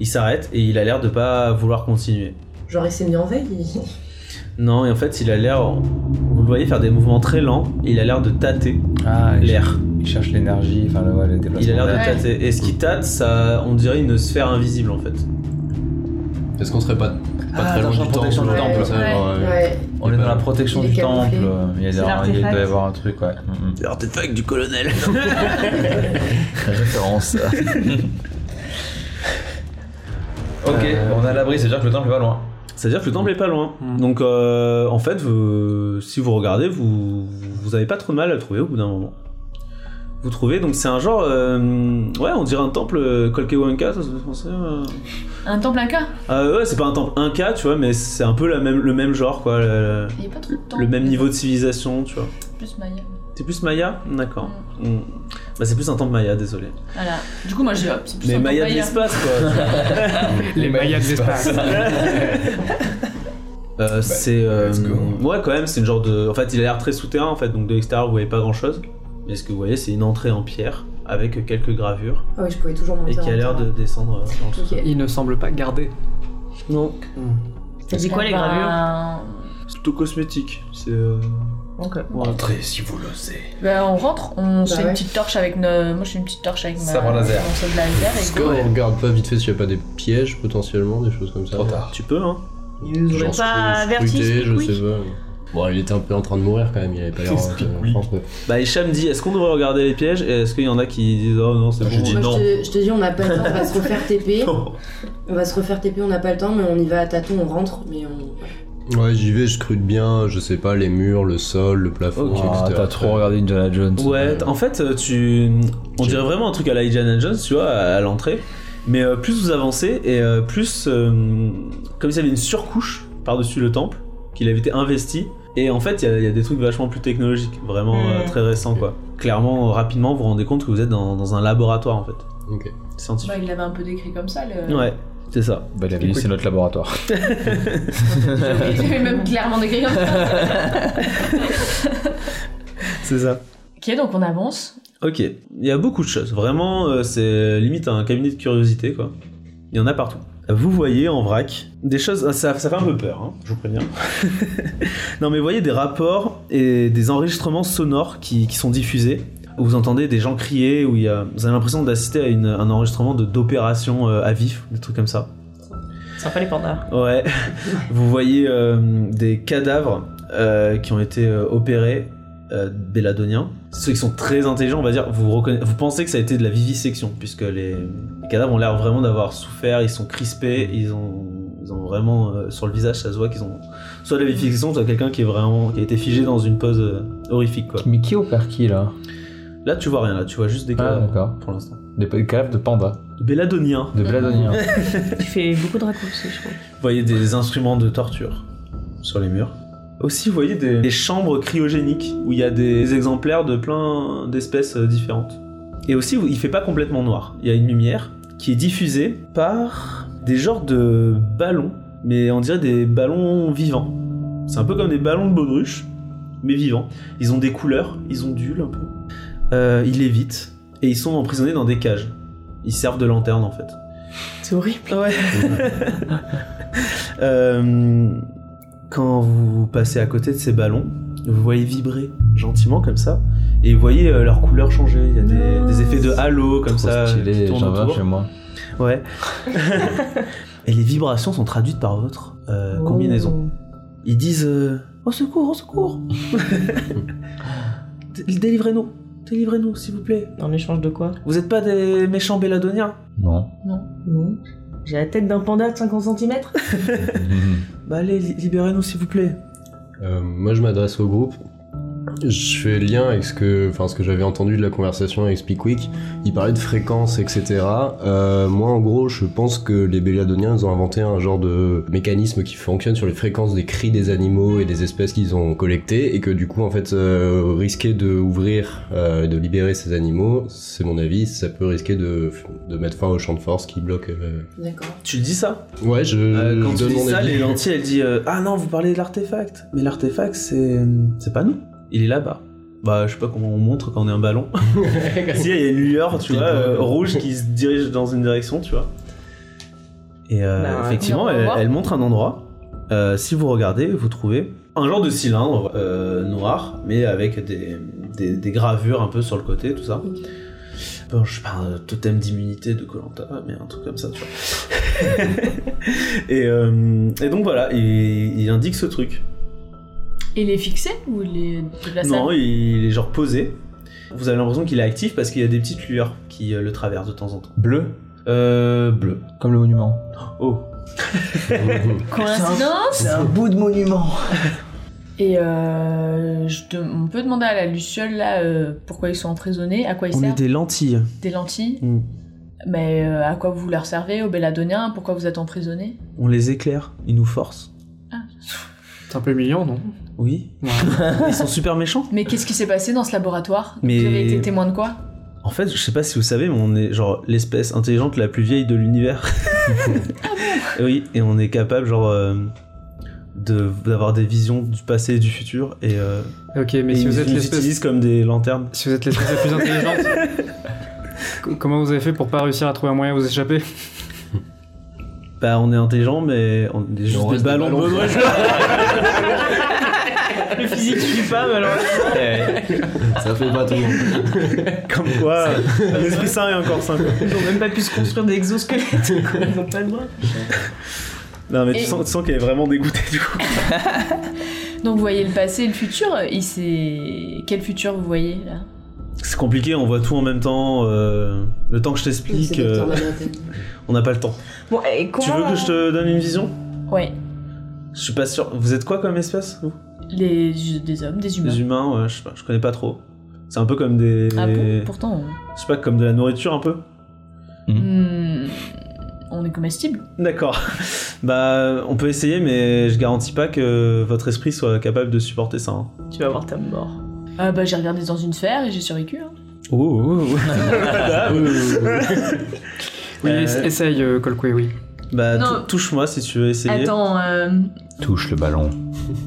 [SPEAKER 1] Il s'arrête et il a l'air de pas vouloir continuer.
[SPEAKER 5] Genre, il s'est mis en veille. il-
[SPEAKER 1] Non, et en fait, il a l'air. Vous le voyez faire des mouvements très lents, et il a l'air de tâter
[SPEAKER 2] Ah,
[SPEAKER 1] l'air.
[SPEAKER 2] Il cherche l'énergie, enfin, le, ouais, les
[SPEAKER 1] Il a
[SPEAKER 2] déplacements.
[SPEAKER 1] l'air de
[SPEAKER 4] Ouais.
[SPEAKER 1] tâter. Et ce qui tâte, ça, on dirait une sphère invisible en fait.
[SPEAKER 3] Est-ce qu'on serait pas, pas
[SPEAKER 2] Ah,
[SPEAKER 3] très
[SPEAKER 2] dans la
[SPEAKER 3] loin du temple
[SPEAKER 2] protection
[SPEAKER 5] du
[SPEAKER 3] euh,
[SPEAKER 5] temple.
[SPEAKER 3] ça, genre, euh,
[SPEAKER 5] Ouais.
[SPEAKER 2] On est dans la protection
[SPEAKER 5] Il est
[SPEAKER 2] du temple.
[SPEAKER 5] camouflé.
[SPEAKER 2] euh, Il, y a-
[SPEAKER 7] C'est
[SPEAKER 2] il doit
[SPEAKER 7] l'artefact.
[SPEAKER 2] y avoir un truc, ouais. Mm, mm.
[SPEAKER 1] L'artefact du colonel.
[SPEAKER 2] Référence. ok,
[SPEAKER 1] Euh,
[SPEAKER 2] on est à l'abri, c'est-à-dire que le temple est pas loin.
[SPEAKER 1] C'est-à-dire que le temple est pas loin.
[SPEAKER 6] Mm.
[SPEAKER 1] Donc euh, en fait, vous- si vous regardez, vous, vous avez pas trop de mal à le trouver au bout d'un moment. Vous trouvez, donc c'est un genre. euh, ouais, on dirait un temple euh, Colquehuanca, ça se fait penser. euh.
[SPEAKER 4] Un temple Inca
[SPEAKER 1] Euh, ouais, c'est pas un temple Inca, tu vois, mais c'est un peu la même, le même genre, quoi. Le,
[SPEAKER 4] Il n'y a pas trop de temple.
[SPEAKER 1] le même niveau de civilisation, tu vois.
[SPEAKER 4] Plus Maya.
[SPEAKER 1] C'est plus Maya D'accord.
[SPEAKER 4] Hmm.
[SPEAKER 1] Mm. Bah, c'est plus un temple Maya, désolé.
[SPEAKER 4] Voilà. Du coup, moi j'ai hop, c'est plus
[SPEAKER 1] Mais
[SPEAKER 4] un temple
[SPEAKER 1] Maya de l'espace, quoi. tu vois.
[SPEAKER 6] Les Mayas de l'espace.
[SPEAKER 1] Euh, c'est euh,
[SPEAKER 2] let's go.
[SPEAKER 1] ouais quand même c'est une genre de en fait il a l'air très souterrain en fait donc de l'extérieur vous voyez pas grand chose mais ce que vous voyez c'est une entrée en pierre avec quelques gravures
[SPEAKER 5] Ah oui, je pouvais toujours monter.
[SPEAKER 1] et qui a
[SPEAKER 5] en
[SPEAKER 1] l'air de
[SPEAKER 5] hauteur.
[SPEAKER 1] descendre euh, dans le sous-sol.
[SPEAKER 5] Ok.
[SPEAKER 6] Il ne semble pas garder.
[SPEAKER 1] non
[SPEAKER 7] Ça dit quoi les
[SPEAKER 4] Eh ben,
[SPEAKER 7] gravures
[SPEAKER 1] c'est tout cosmétique c'est euh,
[SPEAKER 7] Ok.
[SPEAKER 1] ouais.
[SPEAKER 2] Entrez si vous l'osez.
[SPEAKER 4] ben, on rentre, on
[SPEAKER 7] Bah
[SPEAKER 4] se fait
[SPEAKER 5] ouais.
[SPEAKER 4] une petite torche avec nos... Moi je fais une petite torche avec ma...
[SPEAKER 2] Sabre laser.
[SPEAKER 4] mon sabre laser
[SPEAKER 3] Est-ce
[SPEAKER 4] et
[SPEAKER 3] qu'on regarde pas vite fait s'il y a pas des pièges potentiellement, des choses comme ça
[SPEAKER 2] Trop tard.
[SPEAKER 1] tu peux hein
[SPEAKER 7] Ils nous auraient
[SPEAKER 3] Genre
[SPEAKER 7] pas
[SPEAKER 3] scru-
[SPEAKER 7] avertis,
[SPEAKER 3] scruter, je
[SPEAKER 7] Squeak
[SPEAKER 3] sais pas. Bon, il était un peu en train de mourir quand même, il avait pas l'air. euh,
[SPEAKER 2] Squeak.
[SPEAKER 3] franchement.
[SPEAKER 1] bah Hicham dit est-ce qu'on devrait regarder les pièges et est-ce qu'il y en a qui disent oh non c'est
[SPEAKER 2] Je
[SPEAKER 1] bon
[SPEAKER 2] dis
[SPEAKER 5] Moi,
[SPEAKER 1] non
[SPEAKER 5] Je, te, je te dis, on n'a pas le temps, on va se refaire TP.
[SPEAKER 1] Non.
[SPEAKER 5] On va se refaire TP, on n'a pas le temps, mais on y va à tâtons, on rentre. Mais on...
[SPEAKER 3] Ouais, j'y vais, je scrute bien, je sais pas, les murs, le sol, le plafond,
[SPEAKER 1] Ok.
[SPEAKER 3] etc.
[SPEAKER 2] Ah, t'as trop regardé Indiana Jones.
[SPEAKER 1] Ouais, t- en fait, euh, tu, on
[SPEAKER 3] J'ai-
[SPEAKER 1] dirait vraiment un truc à la Indiana Jones, tu vois, à à l'entrée. Mais euh, plus vous avancez et euh, plus, euh, comme s'il y avait une surcouche par-dessus le temple, qu'il avait été investi. Et en fait, il y a- il y, a des trucs vachement plus technologiques, vraiment
[SPEAKER 7] Mm.
[SPEAKER 1] euh, très récents, quoi. Clairement, euh, rapidement, vous vous rendez compte que vous êtes dans, dans un laboratoire, en fait,
[SPEAKER 3] Ok.
[SPEAKER 1] scientifique.
[SPEAKER 4] Bah, il l'avait un peu décrit comme ça. Le...
[SPEAKER 1] Ouais, c'est ça.
[SPEAKER 2] Bah, la ville, c'est notre laboratoire.
[SPEAKER 4] Il l'avait même clairement décrit comme ça.
[SPEAKER 1] C'est ça.
[SPEAKER 4] Ok, donc on avance.
[SPEAKER 1] Ok, il y a beaucoup de choses. Vraiment, euh, c'est limite un cabinet de curiosité, quoi. Il y en a partout. Vous voyez en vrac des choses. ah, Ça, ça fait un peu peur, hein, je vous préviens. non, mais vous voyez des rapports et des enregistrements sonores qui, qui sont diffusés. où Vous entendez des gens crier, où il y a, vous avez l'impression d'assister à une- un enregistrement de- d'opération euh, à vif, des trucs comme ça.
[SPEAKER 7] Sympa les pandas.
[SPEAKER 1] Ouais. Vous voyez euh, des cadavres euh, qui ont été euh, opérés, euh, béladoniens. Ceux qui sont très intelligents, on va dire, vous, reconna- vous pensez que ça a été de la vivisection, puisque les, les cadavres ont l'air vraiment d'avoir souffert, ils sont crispés, ils ont, ils ont vraiment, euh, sur le visage, ça se voit qu'ils ont soit de la vivisection, soit quelqu'un qui est vraiment, qui a été figé dans une pose euh, horrifique, quoi.
[SPEAKER 2] Mais qui opère qui là
[SPEAKER 1] Là, tu vois rien, là, tu vois juste des
[SPEAKER 2] Ah,
[SPEAKER 1] cadavres,
[SPEAKER 2] d'accord.
[SPEAKER 1] pour l'instant.
[SPEAKER 2] Des p- des cadavres de panda,
[SPEAKER 1] Béladoniens.
[SPEAKER 2] de Bladonien.
[SPEAKER 7] Tu fais beaucoup de raccourcis, je trouve.
[SPEAKER 1] Vous voyez des instruments de torture sur les murs. Aussi, vous voyez des, des chambres cryogéniques où il y a des exemplaires de plein d'espèces euh, différentes. Et aussi, il fait pas complètement noir. Il y a une lumière qui est diffusée par des genres de ballons, mais on dirait des ballons vivants. C'est un peu comme des ballons de baudruche, mais vivants. Ils ont des couleurs, ils ondulent un peu. Euh, ils évitent et ils sont emprisonnés dans des cages. Ils servent de lanterne en fait.
[SPEAKER 7] C'est horrible.
[SPEAKER 1] Ouais. Euh, quand vous passez à côté de ces ballons, vous voyez vibrer gentiment comme ça, et vous voyez euh, leur couleur changer. Il y a des, des effets de halo comme
[SPEAKER 2] Trop
[SPEAKER 1] ça qui
[SPEAKER 2] stylé,
[SPEAKER 1] tournent
[SPEAKER 2] j'en veux un
[SPEAKER 1] autour.
[SPEAKER 2] chez moi.
[SPEAKER 1] Ouais. et les vibrations sont traduites par votre euh, combinaison.
[SPEAKER 2] Oh.
[SPEAKER 1] Ils disent euh, Au secours, au secours Dé- Délivrez-nous, délivrez-nous s'il vous plaît.
[SPEAKER 7] En échange de quoi
[SPEAKER 1] Vous êtes pas des méchants Belladoniens
[SPEAKER 2] Non.
[SPEAKER 7] Non. J'ai la tête d'un panda de 50 cm
[SPEAKER 1] Bah allez, li- libérez-nous s'il vous plaît.
[SPEAKER 3] Euh, moi, je m'adresse au groupe. Je fais lien avec ce que, enfin, ce que j'avais entendu de la conversation avec Speakwick. Il parlait de fréquences, etc. Euh, moi, en gros, je pense que les Béliadoniens, ils ont inventé un genre de mécanisme qui fonctionne sur les fréquences des cris des animaux et des espèces qu'ils ont collectées, et que du coup, en fait, euh, risquer de ouvrir, euh, de libérer ces animaux, c'est mon avis, ça peut risquer de, de mettre fin au champ de force qui bloque. euh,
[SPEAKER 5] D'accord.
[SPEAKER 1] Tu dis ça
[SPEAKER 3] Ouais, je,
[SPEAKER 1] Euh, quand
[SPEAKER 3] je
[SPEAKER 1] tu
[SPEAKER 3] donne
[SPEAKER 1] dis
[SPEAKER 3] mon
[SPEAKER 1] ça,
[SPEAKER 3] avis.
[SPEAKER 1] les lentilles, elles disent euh, Ah non, vous parlez de l'artefact. Mais l'artefact, c'est. C'est pas nous. Il est là-bas. Bah, je sais pas comment on montre quand on est un ballon. si, il y a une lueur, tu
[SPEAKER 3] Petite
[SPEAKER 1] vois, euh,
[SPEAKER 3] boîte.
[SPEAKER 1] rouge qui se dirige dans une direction, tu vois. Et euh,
[SPEAKER 6] Bah ouais.
[SPEAKER 1] effectivement,
[SPEAKER 4] On va
[SPEAKER 1] elle,
[SPEAKER 4] voir.
[SPEAKER 1] elle montre un endroit. Euh, si vous regardez, vous trouvez un genre de cylindre euh, noir, mais avec des, des- des gravures un peu sur le côté, tout ça.
[SPEAKER 5] Ok.
[SPEAKER 1] Bon, je parle de totem d'immunité de Colanta, mais un truc comme ça, tu vois. et, euh, et donc voilà, il, il indique ce truc.
[SPEAKER 4] Il est fixé ou il est de la
[SPEAKER 1] non,
[SPEAKER 4] salle
[SPEAKER 1] il est genre posé. Vous avez l'impression qu'il est actif parce qu'il y a des petites lueurs qui euh, le traversent de temps en temps.
[SPEAKER 2] Bleu,
[SPEAKER 1] Euh, bleu.
[SPEAKER 2] comme le monument.
[SPEAKER 1] Oh.
[SPEAKER 4] Coïncidence
[SPEAKER 2] C'est un bout de monument.
[SPEAKER 4] Et euh, je te- on peut demander à la Luciole là euh, pourquoi ils sont emprisonnés, à quoi ils
[SPEAKER 1] On est
[SPEAKER 4] servent
[SPEAKER 1] des lentilles.
[SPEAKER 4] Des lentilles
[SPEAKER 1] Mm.
[SPEAKER 4] Mais euh, à quoi vous leur servez, aux Belladoniens Pourquoi vous êtes emprisonnés
[SPEAKER 1] On les éclaire. Ils nous forcent.
[SPEAKER 6] C'est un peu humiliant, non
[SPEAKER 1] Oui.
[SPEAKER 6] Ouais.
[SPEAKER 1] Ils sont super méchants.
[SPEAKER 4] Mais qu'est-ce qui s'est passé dans ce laboratoire
[SPEAKER 1] Mais-
[SPEAKER 4] Vous avez été témoin de quoi
[SPEAKER 1] En fait, je sais pas si vous savez, mais on est genre l'espèce intelligente la plus vieille de l'univers. Ah oui, et on est capable genre euh, de d'avoir des visions du passé et du futur et, euh,
[SPEAKER 6] Ok, mais
[SPEAKER 1] et
[SPEAKER 6] si
[SPEAKER 1] ils
[SPEAKER 6] vous êtes
[SPEAKER 1] nous
[SPEAKER 6] l'espèce
[SPEAKER 1] utilisent comme des lanternes.
[SPEAKER 6] Si vous êtes l'espèce la plus intelligente, co- comment vous avez fait pour pas réussir à trouver un moyen de vous échapper
[SPEAKER 1] Bah, on est intelligent, mais on est juste
[SPEAKER 3] on
[SPEAKER 1] des
[SPEAKER 3] reste des
[SPEAKER 1] ballons.
[SPEAKER 3] ballons.
[SPEAKER 1] Bah, moi, je- Le physique suit pas, mais alors
[SPEAKER 3] ça fait pas tout.
[SPEAKER 1] comme quoi, euh, l'esprit sain est encore sain. quoi.
[SPEAKER 7] Ils ont même pas pu se construire des exosquelettes. quoi. Ils ont pas le droit.
[SPEAKER 1] Non, mais
[SPEAKER 4] Et-
[SPEAKER 1] tu sens, tu sens qu'elle est vraiment dégoûtée du coup.
[SPEAKER 4] Donc vous voyez le passé et le futur il s'est- Quel futur vous voyez là
[SPEAKER 1] C'est compliqué, on voit tout en même temps. euh, le temps que je
[SPEAKER 5] C'est
[SPEAKER 1] t'explique,
[SPEAKER 5] des
[SPEAKER 1] euh,
[SPEAKER 5] tornades.
[SPEAKER 1] on n'a pas le temps.
[SPEAKER 7] Bon, et comment
[SPEAKER 1] Tu veux que je te donne une vision
[SPEAKER 4] Ouais,
[SPEAKER 1] Je suis pas sûr. Vous êtes quoi comme espèce vous
[SPEAKER 4] les... des hommes, des humains.
[SPEAKER 1] Des humains, ouais, je sais pas, je connais pas trop. C'est un peu comme des.
[SPEAKER 4] Ah bon Pourtant, on-
[SPEAKER 1] Je sais pas, comme de la nourriture un peu
[SPEAKER 7] Mm.
[SPEAKER 4] Hmm, on est comestible.
[SPEAKER 1] D'accord. bah, on peut essayer, mais je garantis pas que votre esprit soit capable de supporter ça. hein.
[SPEAKER 7] Tu vas voir ta mort.
[SPEAKER 4] Ah bah j'ai regardé dans une sphère et j'ai survécu. hein.
[SPEAKER 1] Ouh, ouh, ouh. Ah,
[SPEAKER 6] Ah
[SPEAKER 1] bah,
[SPEAKER 6] Oui,
[SPEAKER 1] Euh,
[SPEAKER 6] ess- essaye, euh, Colquay, oui.
[SPEAKER 1] bah, tou-
[SPEAKER 4] Non.
[SPEAKER 1] touche-moi si tu veux essayer.
[SPEAKER 4] Attends, euh,
[SPEAKER 8] Touche le ballon.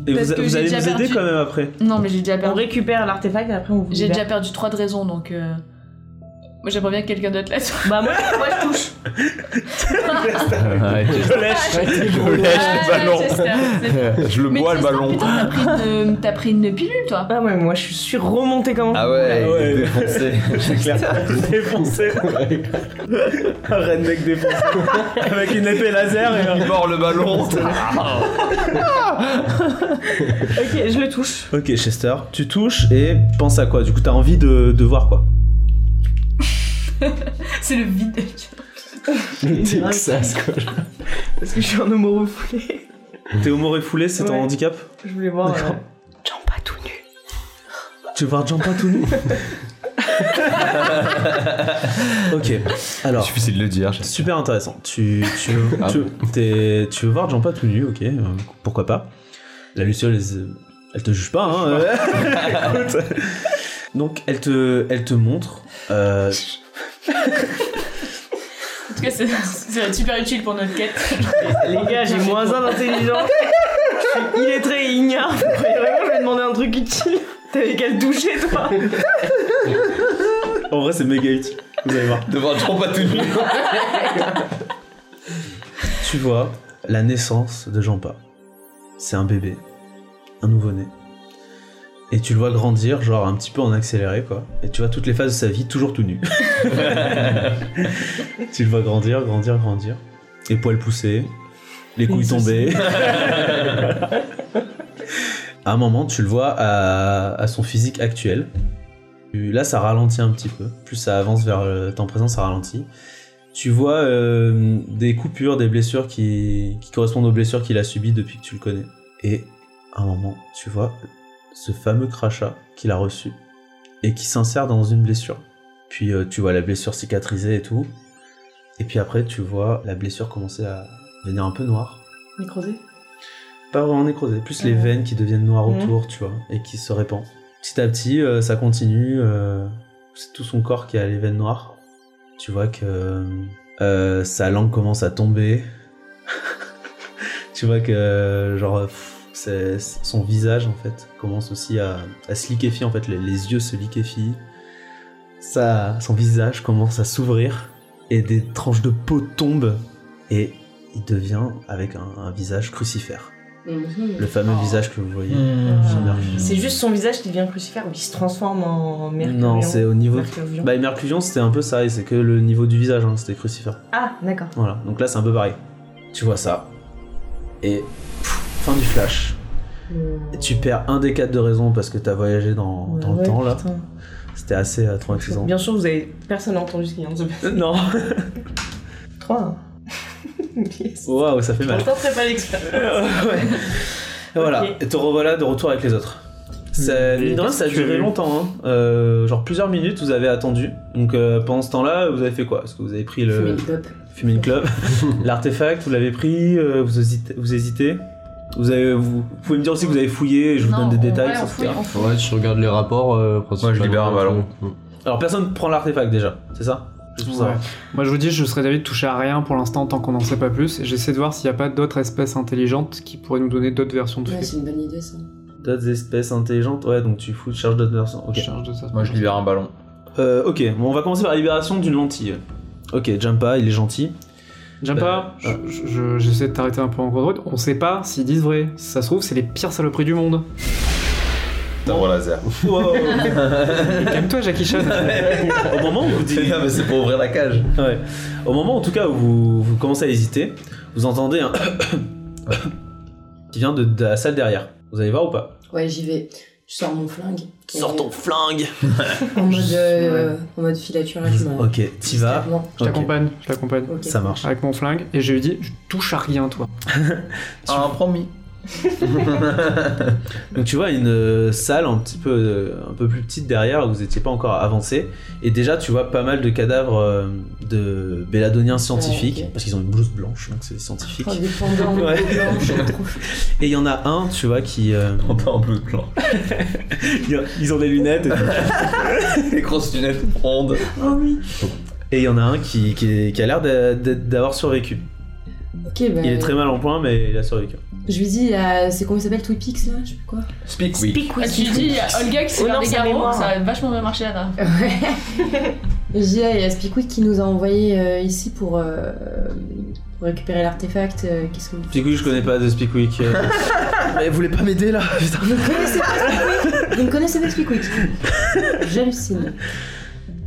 [SPEAKER 1] Et vous,
[SPEAKER 4] parce que
[SPEAKER 1] vous
[SPEAKER 4] j'ai
[SPEAKER 1] allez
[SPEAKER 4] déjà
[SPEAKER 1] nous aider
[SPEAKER 4] perdu.
[SPEAKER 1] quand même après.
[SPEAKER 4] non mais j'ai déjà
[SPEAKER 7] On
[SPEAKER 4] perdu.
[SPEAKER 7] récupère l'artefact et après on vous
[SPEAKER 4] J'ai déjà
[SPEAKER 7] libère.
[SPEAKER 4] perdu 3 de raison donc. euh, Moi j'aimerais bien que quelqu'un d'autre la soit.
[SPEAKER 7] Bah moi, moi je touche.
[SPEAKER 8] Ouais, tu- je
[SPEAKER 4] Ah,
[SPEAKER 8] lèche le ballon.
[SPEAKER 4] Chester, c'est-
[SPEAKER 8] Je le
[SPEAKER 4] Mais
[SPEAKER 8] bois le
[SPEAKER 4] Chester,
[SPEAKER 8] ballon.
[SPEAKER 4] putain, T'as pris, une... euh, t'as pris une pilule toi
[SPEAKER 7] Ah ouais, moi je suis remontée comment
[SPEAKER 8] Ah ouais,
[SPEAKER 1] Ah ouais.
[SPEAKER 8] il est défoncé.
[SPEAKER 1] C'est clair. défoncé. un redneck défoncé. Avec une épée laser et un...
[SPEAKER 8] Il mord le ballon.
[SPEAKER 7] Ok, je le touche.
[SPEAKER 1] Ok, Chester, tu touches et tu penses à quoi Du coup, t'as envie de, de voir quoi
[SPEAKER 4] C'est le vide.
[SPEAKER 8] Le Texas, quoi.
[SPEAKER 7] Parce que je suis un homo refoulé.
[SPEAKER 1] T'es homo refoulé, c'est ton
[SPEAKER 7] Ouais.
[SPEAKER 1] handicap
[SPEAKER 7] Je voulais voir.
[SPEAKER 1] D'accord.
[SPEAKER 7] euh, Jamba tout nu.
[SPEAKER 1] Tu veux voir Jampa tout nu Ok,
[SPEAKER 8] Il
[SPEAKER 1] alors,
[SPEAKER 8] suffisait de le dire. je-
[SPEAKER 1] super intéressant. Tu, tu, veux-
[SPEAKER 8] Ah.
[SPEAKER 1] tu, t'es- tu veux voir Jampa tout nu, ok, euh, pourquoi pas. La Luciole, elle, elle te juge pas, hein euh, écoute. Donc, elle te, elle te montre. euh,
[SPEAKER 4] En tout cas c'est- ça va être super utile pour notre quête.
[SPEAKER 7] Les gars, j'ai moins un d'intelligence. Je suis illettré et ignare. Vraiment, je vais demander un truc utile. T'avais qu'à le toucher, toi.
[SPEAKER 1] En vrai, c'est méga utile. Vous allez voir.
[SPEAKER 8] Devant Jean pas tout nu.
[SPEAKER 1] Tu vois la naissance de Jampa. C'est un bébé, un nouveau-né. Et tu le vois grandir, genre un petit peu en accéléré, quoi. Et tu vois toutes les phases de sa vie, toujours tout nu. tu le vois grandir, grandir, grandir. Les poils poussés, les couilles tombées. à un moment, tu le vois à, à son physique actuel. Là, ça ralentit un petit peu. Plus ça avance vers le temps présent, ça ralentit. Tu vois euh, des coupures, des blessures qui, qui correspondent aux blessures qu'il a subies depuis que tu le connais. Et à un moment, tu vois ce fameux crachat qu'il a reçu et qui s'insère dans une blessure. Puis euh, tu vois la blessure cicatriser et tout. Et puis après, tu vois la blessure commencer à devenir un peu noire.
[SPEAKER 4] Nécrosé
[SPEAKER 1] Pas vraiment nécrosée, plus les
[SPEAKER 4] Mhm.
[SPEAKER 1] veines qui deviennent noires
[SPEAKER 7] Mhm.
[SPEAKER 1] autour, tu vois, et qui se répandent. Petit à petit, euh, ça continue. euh, c'est tout son corps qui a les veines noires. Tu vois que euh, sa langue commence à tomber. tu vois que, euh, genre, pff, c'est- son visage, en fait, commence aussi à, à se liquéfier. En fait, les, les yeux se liquéfient. Ça, son visage commence à s'ouvrir. Et des tranches de peau tombent. Et il devient avec un, un visage crucifère.
[SPEAKER 5] Mhm.
[SPEAKER 1] Le fameux visage que vous voyez. sur Mercure.
[SPEAKER 7] C'est juste son visage qui devient crucifère ou qui se transforme en mercure.
[SPEAKER 1] Non, c'est au niveau.
[SPEAKER 7] Mercurion.
[SPEAKER 1] Bah, Mercurion, c'était un peu ça, et c'est que le niveau du visage, hein, c'était crucifère.
[SPEAKER 7] Ah, d'accord.
[SPEAKER 1] Voilà, donc là, c'est un peu pareil. Tu vois ça, et pff, fin du flash.
[SPEAKER 7] Euh,
[SPEAKER 1] Et tu perds un des quatre de raison parce que t'as voyagé dans, dans le
[SPEAKER 7] Ouais,
[SPEAKER 1] temps, là.
[SPEAKER 7] putain.
[SPEAKER 1] C'était assez euh, traumatisant.
[SPEAKER 7] Bien sûr, vous avez personne n'a entendu ce qu'il vient de se passer.
[SPEAKER 1] Euh, Non,
[SPEAKER 7] 3. yes.
[SPEAKER 1] waouh, ça fait
[SPEAKER 7] Je
[SPEAKER 1] mal.
[SPEAKER 7] tenterai pas l'expérience.
[SPEAKER 1] Ouais. Et Voilà,
[SPEAKER 7] Ok. Mmh.
[SPEAKER 1] et te revoilà de retour avec les autres. Ça,
[SPEAKER 6] Mais
[SPEAKER 1] mine de rien,
[SPEAKER 6] qu'est-ce
[SPEAKER 1] ça a
[SPEAKER 6] que tu as
[SPEAKER 1] duré
[SPEAKER 6] vu
[SPEAKER 1] longtemps, hein. Euh, genre plusieurs minutes, vous avez attendu. Donc euh, pendant ce temps-là, vous avez fait quoi Est-ce que vous avez pris
[SPEAKER 5] Fumer
[SPEAKER 1] le,
[SPEAKER 5] une clope.
[SPEAKER 1] Fumer une clope. L'artefact, vous l'avez pris, euh, vous, hésitez, vous hésitez. Vous, avez, vous, vous pouvez me dire aussi que vous avez fouillé et je vous donne des détails.
[SPEAKER 4] Ouais,
[SPEAKER 1] ça,
[SPEAKER 4] on fouille,
[SPEAKER 1] etc.
[SPEAKER 4] on fouille.
[SPEAKER 3] Ouais, tu regardes les rapports. euh, principalement.
[SPEAKER 8] Moi, je libère un ballon.
[SPEAKER 3] Mm.
[SPEAKER 1] Alors personne ne prend l'artefact déjà, c'est ça Juste pour
[SPEAKER 6] Ouais.
[SPEAKER 1] savoir.
[SPEAKER 6] Moi je vous dis, je serais d'avis de toucher à rien pour l'instant tant qu'on n'en sait pas plus. Et j'essaie de voir s'il n'y a pas d'autres espèces intelligentes qui pourraient nous donner d'autres versions de
[SPEAKER 5] Ouais,
[SPEAKER 6] faits.
[SPEAKER 5] c'est une bonne idée ça.
[SPEAKER 1] D'autres espèces intelligentes Ouais, donc tu fous, tu cherches d'autres versions. Ok.
[SPEAKER 6] Je cherche de ça.
[SPEAKER 2] Moi, je libère un ballon.
[SPEAKER 1] Euh, ok, bon, on va commencer par la libération d'une lentille. Ok, Jumpa, il est gentil.
[SPEAKER 6] J'aime
[SPEAKER 1] Bah,
[SPEAKER 6] pas, je- je- j'essaie de t'arrêter un peu en gros route. On sait pas s'ils disent vrai. Si ça se trouve, c'est les pires saloperies du monde.
[SPEAKER 8] Sabre laser.
[SPEAKER 1] Wow.
[SPEAKER 6] Calme-toi, Jackie Chan.
[SPEAKER 1] Au moment où vous dites.
[SPEAKER 8] Ah, mais c'est pour ouvrir la cage.
[SPEAKER 1] Ouais. Au moment en tout cas où vous, vous commencez à hésiter, vous entendez un qui vient de, de la salle derrière. Vous allez voir ou pas
[SPEAKER 5] Ouais, j'y vais. Je sors mon flingue.
[SPEAKER 1] Sors ton flingue
[SPEAKER 5] En mode, euh, en mode filature là, tu m'as-
[SPEAKER 1] Ok, t'y vas.
[SPEAKER 5] Discrètement.
[SPEAKER 6] Je t'accompagne, je t'accompagne.
[SPEAKER 5] Ok.
[SPEAKER 1] Ça marche.
[SPEAKER 6] Avec mon flingue. Et je lui dis, je touche à rien, toi.
[SPEAKER 2] Ah, promis.
[SPEAKER 1] Donc tu vois une euh, salle un petit peu euh, un peu plus petite derrière où vous n'étiez pas encore avancé et déjà tu vois pas mal de cadavres euh, de belladoniens scientifiques
[SPEAKER 6] Ah,
[SPEAKER 5] Ouais, ok.
[SPEAKER 1] parce qu'ils ont une blouse blanche donc c'est scientifique
[SPEAKER 5] Oh, des pendants, des
[SPEAKER 1] Ouais.
[SPEAKER 5] peaux blanches, on trouve.
[SPEAKER 1] et il y en a un tu vois qui euh,
[SPEAKER 8] On part en bleu de plan.
[SPEAKER 1] il y a- ils ont des lunettes et tout.
[SPEAKER 8] Les grosses lunettes rondes.
[SPEAKER 5] Oh
[SPEAKER 1] et il y en a un qui, qui est- qui a l'air d'a- d'a- d'avoir survécu.
[SPEAKER 5] Ok, bah,
[SPEAKER 1] Il est très mal en point mais il a survécu.
[SPEAKER 5] Je lui dis, à- c'est comment il s'appelle Twipix là Je sais plus quoi.
[SPEAKER 8] Speak oui.
[SPEAKER 7] Pique, oui.
[SPEAKER 4] Ah, tu dis, il y a Olga qui s'est
[SPEAKER 7] Honore
[SPEAKER 4] fait des
[SPEAKER 7] sa
[SPEAKER 4] garros,
[SPEAKER 7] mémoire.
[SPEAKER 4] Oh ça a vachement bien marché la dernière fois.
[SPEAKER 5] Ouais. Je dis, ah, il y a Speakwick qui nous a envoyé euh, ici pour, euh, pour récupérer l'artefact. euh, Qu'est-ce que vous
[SPEAKER 1] Speakweek, je connais pas de Speakweek. euh. mais vous voulez pas m'aider là Putain.
[SPEAKER 5] Vous ne connaissez pas Speakwick Vous ne connaissez pas Speakwick J'hallucine.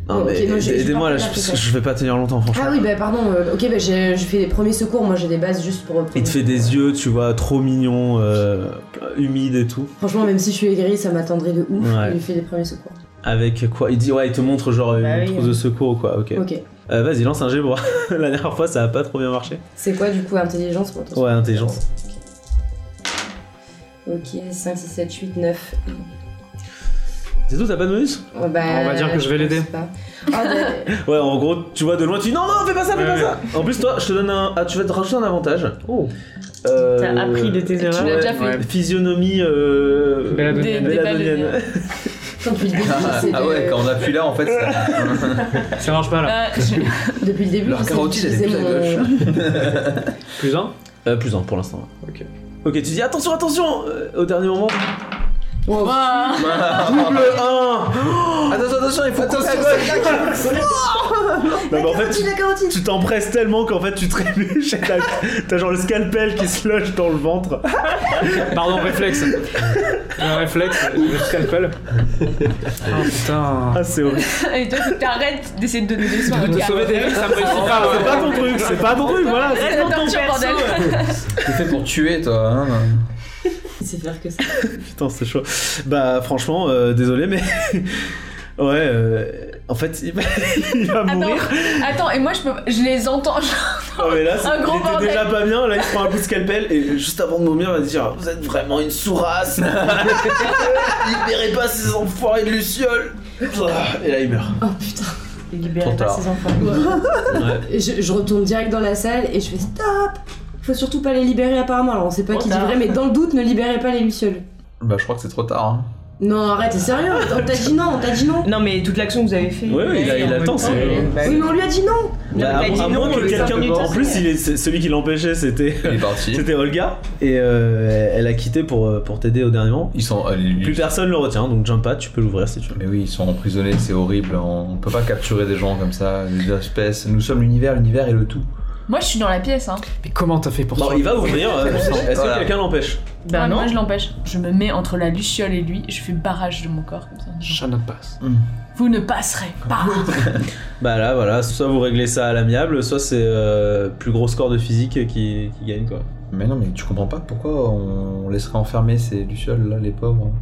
[SPEAKER 1] Non,
[SPEAKER 5] Bon,
[SPEAKER 1] mais
[SPEAKER 5] ok, non, j'ai- j'ai
[SPEAKER 1] aidez-moi
[SPEAKER 5] pas
[SPEAKER 1] là,
[SPEAKER 5] fait
[SPEAKER 1] je,
[SPEAKER 5] gaffe,
[SPEAKER 1] je vais pas tenir longtemps franchement.
[SPEAKER 5] Ah oui, bah pardon, euh, ok, bah j'ai- je fais des premiers secours, moi j'ai des bases juste pour.
[SPEAKER 1] Il te fait des yeux, tu vois, trop mignon, euh, humide et tout.
[SPEAKER 5] Franchement, même si je suis aigrie, ça m'attendrait de ouf.
[SPEAKER 1] Ouais.
[SPEAKER 5] Il me fait des premiers secours.
[SPEAKER 1] Avec quoi Il dit ouais, il te montre genre une
[SPEAKER 7] Bah oui,
[SPEAKER 1] trousse
[SPEAKER 7] hein.
[SPEAKER 1] de secours ou quoi. Ok.
[SPEAKER 5] Ok.
[SPEAKER 1] Euh, Vas-y, lance un jet pour. La dernière fois, ça a pas trop bien marché.
[SPEAKER 5] C'est quoi du coup intelligence pour toi
[SPEAKER 1] Ouais, intelligence.
[SPEAKER 5] Ok, 5, 6, 7, 8, 9.
[SPEAKER 1] C'est tout, t'as pas de bonus
[SPEAKER 5] Oh, bah,
[SPEAKER 6] On va dire que je vais l'aider.
[SPEAKER 5] pense pas. Ah, bah,
[SPEAKER 1] Ouais, en gros, tu vois de loin, tu dis non, non, fais pas ça, fais
[SPEAKER 6] Ouais,
[SPEAKER 1] pas
[SPEAKER 6] ouais.
[SPEAKER 1] ça. En plus, toi, je te donne un. Ah, tu vas te rajouter un avantage. Oh. Euh...
[SPEAKER 7] T'as appris de tes
[SPEAKER 4] Tu l'as
[SPEAKER 7] erreurs.
[SPEAKER 4] déjà fait.
[SPEAKER 6] Ouais.
[SPEAKER 1] Physionomie. Euh...
[SPEAKER 6] Belladonienne.
[SPEAKER 4] Des- des
[SPEAKER 1] belladonienne.
[SPEAKER 5] quand depuis le début,
[SPEAKER 2] Ah,
[SPEAKER 5] c'est
[SPEAKER 2] ah
[SPEAKER 5] de-
[SPEAKER 2] ouais, quand on appuie là, en fait, ça.
[SPEAKER 6] Ça marche pas là.
[SPEAKER 4] Euh, j'ai-
[SPEAKER 5] depuis le début, euh,
[SPEAKER 2] Leur
[SPEAKER 5] j'essaie
[SPEAKER 2] carotide, elle est plus à
[SPEAKER 5] d'utiliser mon-
[SPEAKER 6] Plus un
[SPEAKER 1] Euh, plus un pour l'instant.
[SPEAKER 6] Ok.
[SPEAKER 1] Ok, tu dis attention, attention euh, Au dernier moment.
[SPEAKER 4] Ouah.
[SPEAKER 1] Double 1
[SPEAKER 2] Attention, attention, il faut qu'on
[SPEAKER 1] Non, mais en fait,
[SPEAKER 5] Carotide,
[SPEAKER 1] tu-
[SPEAKER 5] la carotide
[SPEAKER 1] tu t'empresses tellement qu'en fait, tu trébuches et t'as t'as genre le scalpel qui se loge dans le ventre.
[SPEAKER 6] Pardon, réflexe. Un réflexe, le scalpel. Oh putain.
[SPEAKER 1] Ah, c'est horrible.
[SPEAKER 4] Et toi, faut que t'arrêtes d'essayer de donner des soins.
[SPEAKER 6] De
[SPEAKER 4] Olga.
[SPEAKER 6] sauver des vies, ça me réussit pas.
[SPEAKER 1] C'est pas ton truc, c'est pas ton truc, voilà.
[SPEAKER 4] Reste dans ton perso.
[SPEAKER 2] T'es fait pour tuer, toi. hein.
[SPEAKER 5] C'est faire que ça.
[SPEAKER 1] Putain, c'est chaud. Bah, franchement, euh, désolé, mais. Ouais, euh, en fait, il va, il va
[SPEAKER 4] Attends,
[SPEAKER 1] mourir.
[SPEAKER 4] attends, et moi je peux, je les entends. genre,
[SPEAKER 1] Non, mais là, c'est-
[SPEAKER 4] Un gros
[SPEAKER 1] il était
[SPEAKER 4] bordel.
[SPEAKER 1] déjà pas bien, là il se prend un coup de scalpel et juste avant de vomir, il va dire Vous êtes vraiment une sourasse Libérez pas ces enfoirés de Luciole Ah, Et là il meurt.
[SPEAKER 5] Oh putain.
[SPEAKER 4] Libérez
[SPEAKER 2] Trop
[SPEAKER 4] pas
[SPEAKER 2] tard.
[SPEAKER 4] ses enfants.
[SPEAKER 5] Et Je, je retourne direct dans la salle et je fais stop. Faut surtout pas les libérer apparemment. Alors on sait pas
[SPEAKER 4] Trop
[SPEAKER 5] qui dit
[SPEAKER 4] tard.
[SPEAKER 5] vrai, mais dans le doute, ne libérez pas les lucioles.
[SPEAKER 2] Bah, je crois que c'est trop tard. hein.
[SPEAKER 5] Non, arrête, t'es sérieux On t'a dit non, on t'a dit non.
[SPEAKER 7] Non, mais toute l'action que vous avez fait.
[SPEAKER 1] Ouais, ouais, il, a- il attend, c'est.
[SPEAKER 5] Oui, mais on lui a dit non.
[SPEAKER 1] Bah,
[SPEAKER 7] mais
[SPEAKER 1] à
[SPEAKER 7] il dit
[SPEAKER 1] à
[SPEAKER 7] non,
[SPEAKER 1] moins
[SPEAKER 7] il
[SPEAKER 1] que
[SPEAKER 7] veut
[SPEAKER 1] quelqu'un.
[SPEAKER 7] sortir
[SPEAKER 1] En
[SPEAKER 7] de
[SPEAKER 1] plus,
[SPEAKER 7] temps.
[SPEAKER 1] il est, c'est- celui qui l'empêchait, c'était.
[SPEAKER 2] Il est parti.
[SPEAKER 1] C'était Olga et euh, elle a quitté pour, euh, pour t'aider au dernier moment.
[SPEAKER 2] Ils sont. euh,
[SPEAKER 1] Plus
[SPEAKER 2] lui-
[SPEAKER 1] personne le retient, donc Jumpa, tu peux l'ouvrir si tu veux.
[SPEAKER 2] Mais oui, ils sont emprisonnés, c'est horrible. On peut pas capturer des gens comme ça, des espèces. Nous sommes l'univers, l'univers est le tout.
[SPEAKER 4] Moi, je suis dans la pièce. Hein.
[SPEAKER 6] Mais comment t'as fait pour
[SPEAKER 1] Bon,
[SPEAKER 6] ça
[SPEAKER 1] il va ouvrir. euh, Est-ce que
[SPEAKER 2] Voilà.
[SPEAKER 1] quelqu'un l'empêche
[SPEAKER 4] Ouais,
[SPEAKER 7] Bah non.
[SPEAKER 4] Moi, je l'empêche. Je me mets entre la luciole et lui. Je fais barrage de mon corps comme ça.
[SPEAKER 6] Shut up, pass.
[SPEAKER 4] Vous ne passerez pas.
[SPEAKER 1] Bah là, voilà, soit vous réglez ça à l'amiable, soit c'est euh, plus gros score de physique qui, qui gagne quoi.
[SPEAKER 2] Mais non, mais tu comprends pas pourquoi on laisserait enfermer ces lucioles là, les pauvres. hein.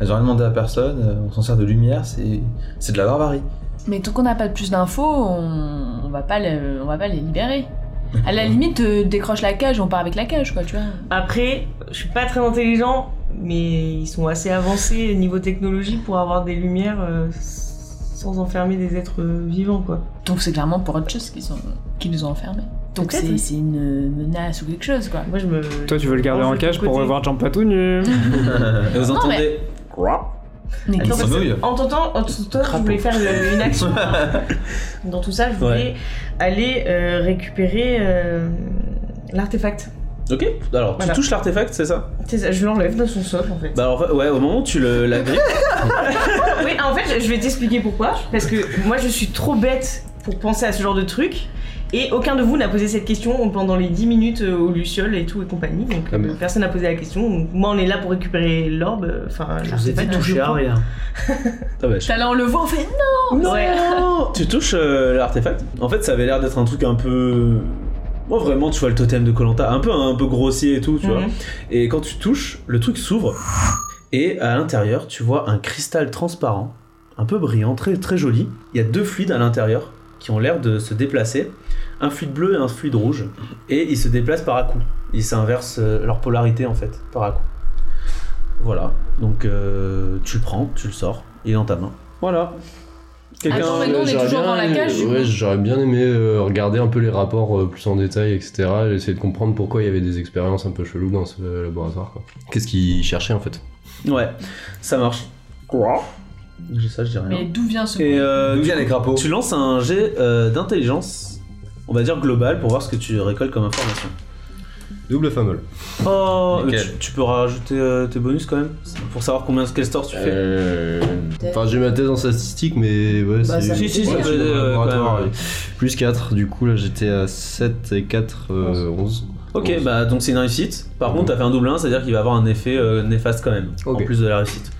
[SPEAKER 2] Elles ont rien demandé à personne, euh, on s'en sert de lumière, c'est c'est de la barbarie.
[SPEAKER 4] Mais tant qu'on n'a pas plus d'infos, on... on va pas le- on va pas les libérer. À la limite, euh, décroche la cage, on part avec la cage, quoi, tu vois.
[SPEAKER 7] Après, je suis pas très intelligent, mais ils sont assez avancés niveau technologie pour avoir des lumières euh, sans enfermer des êtres euh, vivants, quoi.
[SPEAKER 4] Donc c'est clairement pour autre chose qu'ils sont... qu'ils nous ont enfermés. Donc
[SPEAKER 7] Peut-être,
[SPEAKER 4] c'est
[SPEAKER 7] oui.
[SPEAKER 4] c'est une euh, menace ou quelque chose, quoi.
[SPEAKER 7] Moi, je me.
[SPEAKER 6] Toi, tu veux le garder
[SPEAKER 7] Pense
[SPEAKER 6] en
[SPEAKER 7] de
[SPEAKER 6] cage
[SPEAKER 7] ton
[SPEAKER 6] pour
[SPEAKER 7] côté.
[SPEAKER 6] revoir Jean Patou nu
[SPEAKER 1] Et vous
[SPEAKER 4] Non,
[SPEAKER 1] entendez
[SPEAKER 4] Mais
[SPEAKER 2] Elles
[SPEAKER 4] qu'est-ce que-
[SPEAKER 2] grenouillent.
[SPEAKER 7] En t'entendant, en t'entendant, je voulais faire une, une action. Dans tout ça, je voulais
[SPEAKER 1] Ouais.
[SPEAKER 7] aller euh, récupérer euh, l'artefact.
[SPEAKER 1] Ok, alors
[SPEAKER 7] Voilà.
[SPEAKER 1] tu touches l'artefact, c'est ça
[SPEAKER 7] C'est ça, je l'enlève de son socle, en fait.
[SPEAKER 1] Bah alors, ouais, au moment où tu le, la grippes,
[SPEAKER 7] Oui, en fait, je vais t'expliquer pourquoi. Parce que moi, je suis trop bête pour penser à ce genre de truc. Et aucun de vous n'a posé cette question pendant les 10 minutes euh, au Luciole et tout et compagnie. Donc
[SPEAKER 3] Ah
[SPEAKER 7] euh,
[SPEAKER 3] merde.
[SPEAKER 7] personne n'a posé la question. Donc, moi, on est là pour récupérer l'orbe. euh, Enfin, je sais pas toucher
[SPEAKER 1] Ah bah, je-
[SPEAKER 4] T'as là, on le voit, on fait
[SPEAKER 7] Non
[SPEAKER 1] tu touches euh, l'artefact. En fait, ça avait l'air d'être un truc un peu. Moi, vraiment, tu vois le totem de Colanta, un peu hein, un peu grossier et
[SPEAKER 4] Mm.
[SPEAKER 1] tout, tu
[SPEAKER 7] Mhm.
[SPEAKER 1] vois. Et quand tu touches, le truc s'ouvre. Et à l'intérieur, tu vois un cristal transparent, un peu brillant, très, très joli. Il y a deux fluides à l'intérieur qui ont l'air de se déplacer. Un fluide bleu et un fluide rouge. Et ils se déplacent par à coup. Ils s'inversent euh, leur polarité en fait, par à coup. Voilà. Donc euh, tu le prends, tu le sors. Il est dans ta main. Voilà. Quelqu'un.
[SPEAKER 4] Attends, mais nous, on est
[SPEAKER 3] J'aurais
[SPEAKER 4] toujours dans la cage, du
[SPEAKER 3] Ouais,
[SPEAKER 4] coup.
[SPEAKER 3] j'aurais bien aimé euh, regarder un peu les rapports euh, plus en détail, etc. et essayer de comprendre pourquoi il y avait des expériences un peu cheloues dans ce euh, laboratoire. quoi. Qu'est-ce qu'ils cherchaient en fait
[SPEAKER 1] Ouais, ça marche. Quoi J'ai ça, je dis rien.
[SPEAKER 4] Mais d'où vient ce
[SPEAKER 1] Et euh,
[SPEAKER 2] D'où viennent les crapauds
[SPEAKER 1] Tu lances un jet euh, d'intelligence, on va dire global, pour voir ce que tu récoltes comme information.
[SPEAKER 3] Double fameux.
[SPEAKER 1] Oh,
[SPEAKER 2] Nickel.
[SPEAKER 1] tu, tu peux rajouter euh, tes bonus quand même Pour savoir combien de store tu fais.
[SPEAKER 3] Euh, Enfin, j'ai ma thèse en statistique, mais ouais,
[SPEAKER 5] Bah,
[SPEAKER 3] c'est.
[SPEAKER 5] ça
[SPEAKER 1] Si, si,
[SPEAKER 3] Ouais,
[SPEAKER 1] ça
[SPEAKER 3] je
[SPEAKER 1] peut
[SPEAKER 3] suis dans le
[SPEAKER 1] aider, euh,
[SPEAKER 3] laboratoire,
[SPEAKER 1] quand même.
[SPEAKER 3] ouais. Plus 4, du coup, là j'étais à 7 et euh, 4, 11.
[SPEAKER 1] Ok, bah donc c'est une réussite. Par contre, t'as fait un double 1, c'est-à-dire qu'il va avoir un effet euh, néfaste quand même,
[SPEAKER 3] Ok.
[SPEAKER 1] en plus de la réussite.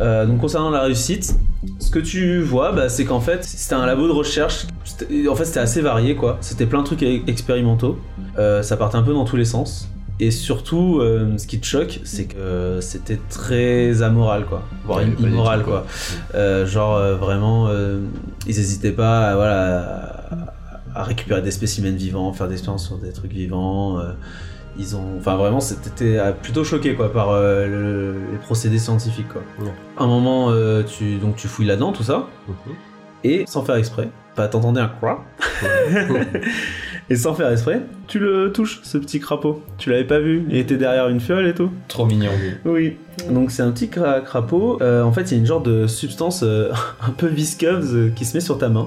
[SPEAKER 1] Euh, donc concernant la réussite, ce que tu vois, bah, c'est qu'en fait, c'était un labo de recherche. C'était- En fait, c'était assez varié, quoi. C'était plein de trucs e- expérimentaux. Euh, ça partait un peu dans tous les sens. Et surtout, euh, ce qui te choque, c'est que euh, c'était très amoral, quoi. Voire
[SPEAKER 3] Ouais, pas du
[SPEAKER 1] immoral,
[SPEAKER 3] tout,
[SPEAKER 1] quoi. Euh, genre, euh, vraiment, euh, ils n'hésitaient pas à, voilà, à- à récupérer des spécimens vivants, faire des expériences sur des trucs vivants. euh, ils ont... Enfin, vraiment, c'était euh, plutôt choqué, quoi, par euh, le- les procédés scientifiques, quoi.
[SPEAKER 3] Ouais.
[SPEAKER 1] À un moment, euh, tu... donc tu fouilles là-dedans, tout ça, et sans faire exprès, bah, t'entendais un quoi Et sans faire exprès, tu le touches, ce petit crapaud. Tu l'avais pas vu, il était derrière une fiole et tout.
[SPEAKER 2] Trop mignon.
[SPEAKER 1] Oui. Donc c'est un petit cra- crapaud. Euh, en fait, il y a une genre de substance euh, un peu visqueuse euh, qui se met sur ta main.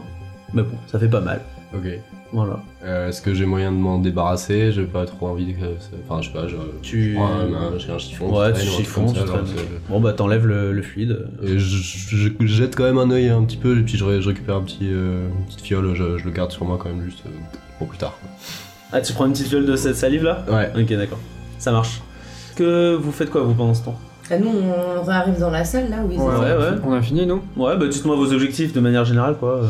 [SPEAKER 1] Mais bon, ça fait pas mal.
[SPEAKER 3] Ok.
[SPEAKER 1] Voilà.
[SPEAKER 3] Euh, Est-ce que j'ai moyen de m'en débarrasser J'ai pas trop envie que. ça- Enfin, je sais pas, je-
[SPEAKER 1] Tu.
[SPEAKER 3] je prends un- un- j'ai un chiffon. qui
[SPEAKER 1] ouais,
[SPEAKER 3] traîne
[SPEAKER 1] tu
[SPEAKER 3] ou un truc
[SPEAKER 1] chiffons,
[SPEAKER 3] comme
[SPEAKER 1] tu
[SPEAKER 3] ça, genre,
[SPEAKER 1] traînes.
[SPEAKER 3] c'est-
[SPEAKER 1] Bon, bah t'enlèves le, le fluide.
[SPEAKER 3] Et je, je- je jette quand même un œil un petit peu, et puis je, ré- je récupère un petit, euh, une petite fiole, je, je le garde sur moi quand même juste euh, pour plus tard.
[SPEAKER 1] Ah, tu prends une petite gueule de cette salive là
[SPEAKER 3] Ouais.
[SPEAKER 1] Ok, d'accord. Ça marche. Est-ce Que vous faites quoi vous pendant ce temps
[SPEAKER 5] Ah, nous, on réarrive dans la salle là où ils
[SPEAKER 1] Ouais,
[SPEAKER 5] étaient.
[SPEAKER 1] ouais.
[SPEAKER 6] On a fini, nous
[SPEAKER 1] Ouais, bah dites-moi vos objectifs de manière générale quoi.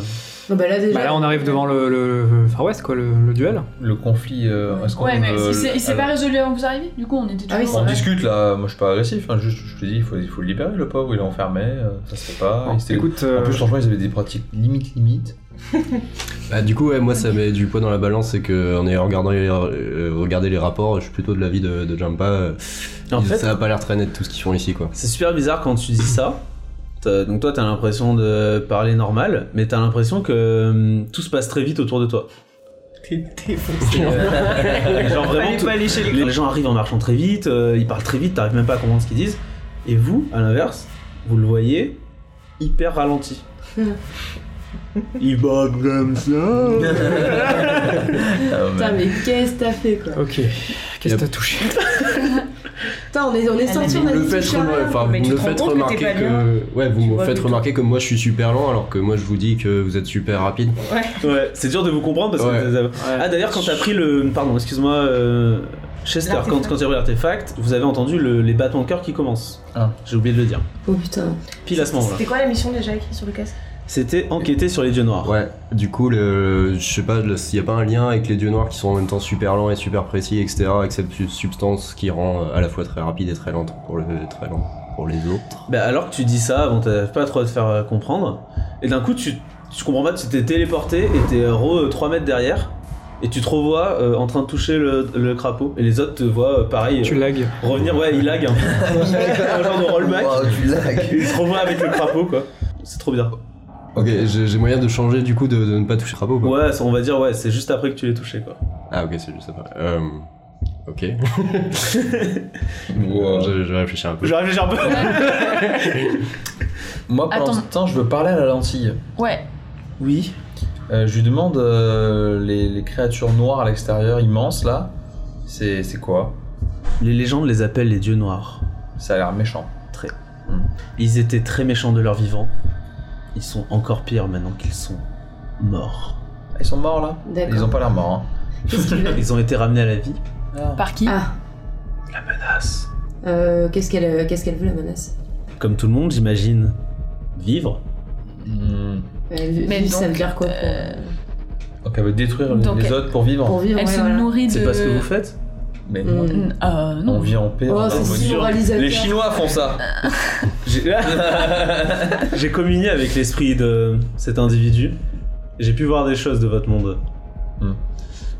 [SPEAKER 5] Non, bah là déjà.
[SPEAKER 6] Bah là, on arrive devant le, le- le Far West, quoi, le, le duel.
[SPEAKER 2] Le conflit. euh, est-ce qu'on,
[SPEAKER 4] Ouais, mais
[SPEAKER 2] euh,
[SPEAKER 4] il s'est- il s'est
[SPEAKER 2] alors-
[SPEAKER 4] pas résolu avant que vous arriviez, du coup, on était toujours.
[SPEAKER 5] Ah oui,
[SPEAKER 2] On
[SPEAKER 5] Ouais.
[SPEAKER 2] discute là, moi je suis pas agressif, hein, juste je te dis, il faut, il faut le libérer le pauvre, il est enfermé, euh, ça se fait pas. il s'est-
[SPEAKER 6] Écoute,
[SPEAKER 2] En
[SPEAKER 6] euh,
[SPEAKER 2] plus, franchement, ils avaient des pratiques limite limite.
[SPEAKER 3] Bah, du coup, ouais, moi, ça met du poids dans la balance, c'est que en ayant regardé les, euh, regardé les rapports, je suis plutôt de l'avis de, de Jampa. euh,
[SPEAKER 1] En
[SPEAKER 3] ils-
[SPEAKER 1] fait-
[SPEAKER 3] ça a pas l'air très net tout ce qu'ils font ici, quoi.
[SPEAKER 1] C'est super bizarre quand tu dis ça. T'as- Donc toi, t'as l'impression de parler normal, mais t'as l'impression que hum, tout se passe très vite autour de toi.
[SPEAKER 7] T'es défoncé.
[SPEAKER 1] Genre vraiment,
[SPEAKER 7] Fallait
[SPEAKER 1] tout-
[SPEAKER 7] pas aller chez les
[SPEAKER 1] les gens arrivent en marchant très vite, euh, ils parlent très vite, t'arrives même pas à comprendre ce qu'ils disent. Et vous, à l'inverse, vous le voyez hyper ralenti. Il bat comme ça.
[SPEAKER 5] Putain, mais qu'est-ce que t'as fait quoi
[SPEAKER 6] Ok, qu'est-ce que t'as touché
[SPEAKER 5] Putain, on est, on est sorti, on a
[SPEAKER 3] le
[SPEAKER 5] dit
[SPEAKER 3] faites
[SPEAKER 5] tout ça.
[SPEAKER 3] remar- enfin,
[SPEAKER 7] mais
[SPEAKER 3] vous
[SPEAKER 7] tu
[SPEAKER 3] me
[SPEAKER 7] te rends
[SPEAKER 3] faites
[SPEAKER 7] compte que t'es
[SPEAKER 3] remarquer
[SPEAKER 7] pas
[SPEAKER 3] que,
[SPEAKER 7] bien
[SPEAKER 3] ouais,
[SPEAKER 7] Tu
[SPEAKER 3] vous me
[SPEAKER 7] vois
[SPEAKER 3] faites
[SPEAKER 7] plus
[SPEAKER 3] remarquer que moi je suis super lent alors que moi je vous dis que vous êtes super rapide.
[SPEAKER 1] Ouais, c'est dur de vous comprendre parce que. Ah d'ailleurs, quand t'as pris le, pardon, excuse-moi, euh, Chester, quand,
[SPEAKER 7] L'artefact.
[SPEAKER 1] quand t'as pris l'artefact, vous avez entendu le- les battements de cœur qui commencent.
[SPEAKER 2] Ah.
[SPEAKER 1] J'ai oublié de le dire.
[SPEAKER 5] Oh putain.
[SPEAKER 1] Pile à ce moment-là.
[SPEAKER 7] C'était quoi la mission déjà écrite sur le casque
[SPEAKER 1] C'était enquêter sur les dieux noirs.
[SPEAKER 3] Ouais, du coup, le, je sais pas, le- s'il y a pas un lien avec les dieux noirs qui sont en même temps super lents et super précis, etc., avec cette su- substance qui rend euh, à la fois très rapide et très lente pour, le, très lent pour les autres.
[SPEAKER 1] Bah alors que tu dis ça, bon t'arrives pas trop à te faire euh, comprendre, et d'un coup tu, tu comprends pas, tu t'es téléporté et t'es euh, re 3 mètres derrière, et tu te revois euh, en train de toucher le, le crapaud, et les autres te voient euh, pareil,
[SPEAKER 6] Tu
[SPEAKER 1] euh,
[SPEAKER 6] lags.
[SPEAKER 1] revenir, ouais il lag, hein. un genre de rollback,
[SPEAKER 2] Wow, tu lags.
[SPEAKER 1] ils se revoient avec le crapaud quoi. C'est trop bizarre.
[SPEAKER 3] Ok, j'ai j'ai moyen de changer du coup de, de ne pas toucher crapaud ou pas
[SPEAKER 1] Ouais, on va dire ouais, c'est juste après que tu l'es touché quoi.
[SPEAKER 3] Ah, ok, c'est juste ça. Euh, ok,
[SPEAKER 2] Wow.
[SPEAKER 3] je, je vais réfléchir un peu.
[SPEAKER 1] Je réfléchis un peu.
[SPEAKER 2] Moi, pour
[SPEAKER 4] Attends.
[SPEAKER 2] l'instant, je veux parler à la lentille.
[SPEAKER 4] euh, Ouais,
[SPEAKER 1] Oui.
[SPEAKER 2] Euh, je lui demande euh, les, les créatures noires à l'extérieur, immenses là, c'est c'est quoi
[SPEAKER 1] Les légendes les appellent les dieux noirs.
[SPEAKER 2] Ça a l'air méchant.
[SPEAKER 1] Ils étaient très méchants de leur vivant. Ils sont encore pires maintenant qu'ils sont morts.
[SPEAKER 2] Ah, Ils sont morts là
[SPEAKER 5] D'accord.
[SPEAKER 2] Ils ont pas l'air morts.
[SPEAKER 5] Qu'est-ce qu'il a-
[SPEAKER 1] Ils ont été ramenés à la vie.
[SPEAKER 2] Hein.
[SPEAKER 4] par qui
[SPEAKER 5] Ah,
[SPEAKER 1] Menace.
[SPEAKER 5] euh, qu'est-ce qu'elle euh, qu'est-ce qu'elle veut la menace
[SPEAKER 1] comme tout le monde, j'imagine, vivre.
[SPEAKER 2] Hmm.
[SPEAKER 5] Elle veut-
[SPEAKER 4] Mais
[SPEAKER 5] ça veut
[SPEAKER 4] donc,
[SPEAKER 5] dire quoi pour,
[SPEAKER 4] euh,
[SPEAKER 2] Donc elle veut détruire les-
[SPEAKER 4] Donc,
[SPEAKER 2] les
[SPEAKER 4] elle-
[SPEAKER 2] autres pour vivre.
[SPEAKER 5] pour vivre
[SPEAKER 4] Elle
[SPEAKER 5] ouais,
[SPEAKER 4] se
[SPEAKER 5] voilà.
[SPEAKER 4] nourrit de.
[SPEAKER 1] C'est pas ce que vous faites
[SPEAKER 2] Mais non.
[SPEAKER 5] Mm.
[SPEAKER 4] N- Euh,
[SPEAKER 2] on
[SPEAKER 4] non.
[SPEAKER 2] vit en paix.
[SPEAKER 5] Oh,
[SPEAKER 2] en
[SPEAKER 5] c'est si
[SPEAKER 2] harmonie.
[SPEAKER 5] moralisateur.
[SPEAKER 2] les Chinois font ça.
[SPEAKER 1] J'ai J'ai communié avec l'esprit de cet individu. J'ai pu voir des choses de votre monde.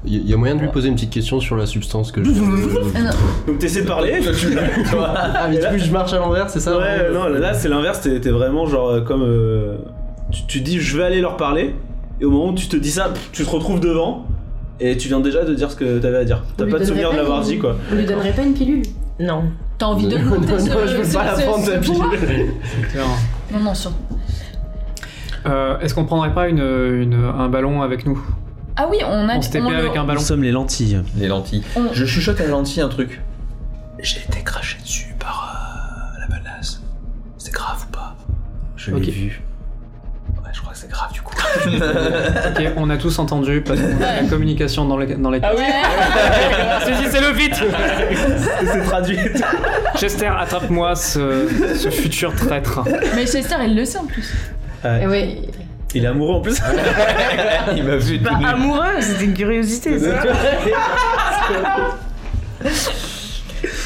[SPEAKER 3] Il y, a moyen de lui poser une petite question sur la substance que je.
[SPEAKER 4] Ah, non.
[SPEAKER 1] Donc t'essaies de parler
[SPEAKER 2] Toi, tu- toi.
[SPEAKER 3] ah, mais du coup, je marche à l'envers, c'est ça
[SPEAKER 1] Ouais, euh, non, là c'est l'inverse, t'es t'es vraiment genre euh, comme. euh, tu, tu dis je vais aller leur parler, et au moment où tu te dis ça, pff, tu te retrouves devant, et tu viens déjà de dire ce que t'avais à dire. T'as
[SPEAKER 5] lui
[SPEAKER 1] pas de souvenir de
[SPEAKER 5] donnerait pas
[SPEAKER 1] l'avoir
[SPEAKER 5] une-
[SPEAKER 1] dit quoi.
[SPEAKER 5] On lui donnerait pas une pilule
[SPEAKER 7] Non.
[SPEAKER 4] T'as envie de
[SPEAKER 3] Non, non,
[SPEAKER 4] goûter ce-
[SPEAKER 3] non, je veux
[SPEAKER 4] ce-
[SPEAKER 3] pas la
[SPEAKER 4] ce-
[SPEAKER 3] prendre,
[SPEAKER 4] ce
[SPEAKER 3] ta pilule.
[SPEAKER 4] pouvoir
[SPEAKER 6] Tiens.
[SPEAKER 4] Non, non, sur.
[SPEAKER 6] Euh, Est-ce qu'on prendrait pas une, une- un ballon avec nous
[SPEAKER 4] Ah oui, on a.
[SPEAKER 6] On se TP
[SPEAKER 4] le-
[SPEAKER 6] avec un ballon.
[SPEAKER 1] sommes les lentilles.
[SPEAKER 2] Les lentilles.
[SPEAKER 4] On-
[SPEAKER 2] Je chuchote à la lentille un truc.
[SPEAKER 1] J'ai été craché dessus par la menace. C'est grave ou pas Je
[SPEAKER 6] l'ai
[SPEAKER 1] vu.
[SPEAKER 2] Ouais, je crois que c'est grave du coup.
[SPEAKER 6] Ok, on a tous entendu parce qu'on a la communication dans les, dans les...
[SPEAKER 4] Ouais. Ah,
[SPEAKER 6] Saisissez-le vite
[SPEAKER 1] C'est traduit.
[SPEAKER 6] Chester, attrape-moi ce, ce futur traître.
[SPEAKER 4] Mais Chester, il le sait en plus.
[SPEAKER 5] Eh ouais.
[SPEAKER 1] Il est amoureux en plus.
[SPEAKER 5] Ah,
[SPEAKER 2] Il m'a vu.
[SPEAKER 7] Bah, amoureux, c'était une curiosité. ça.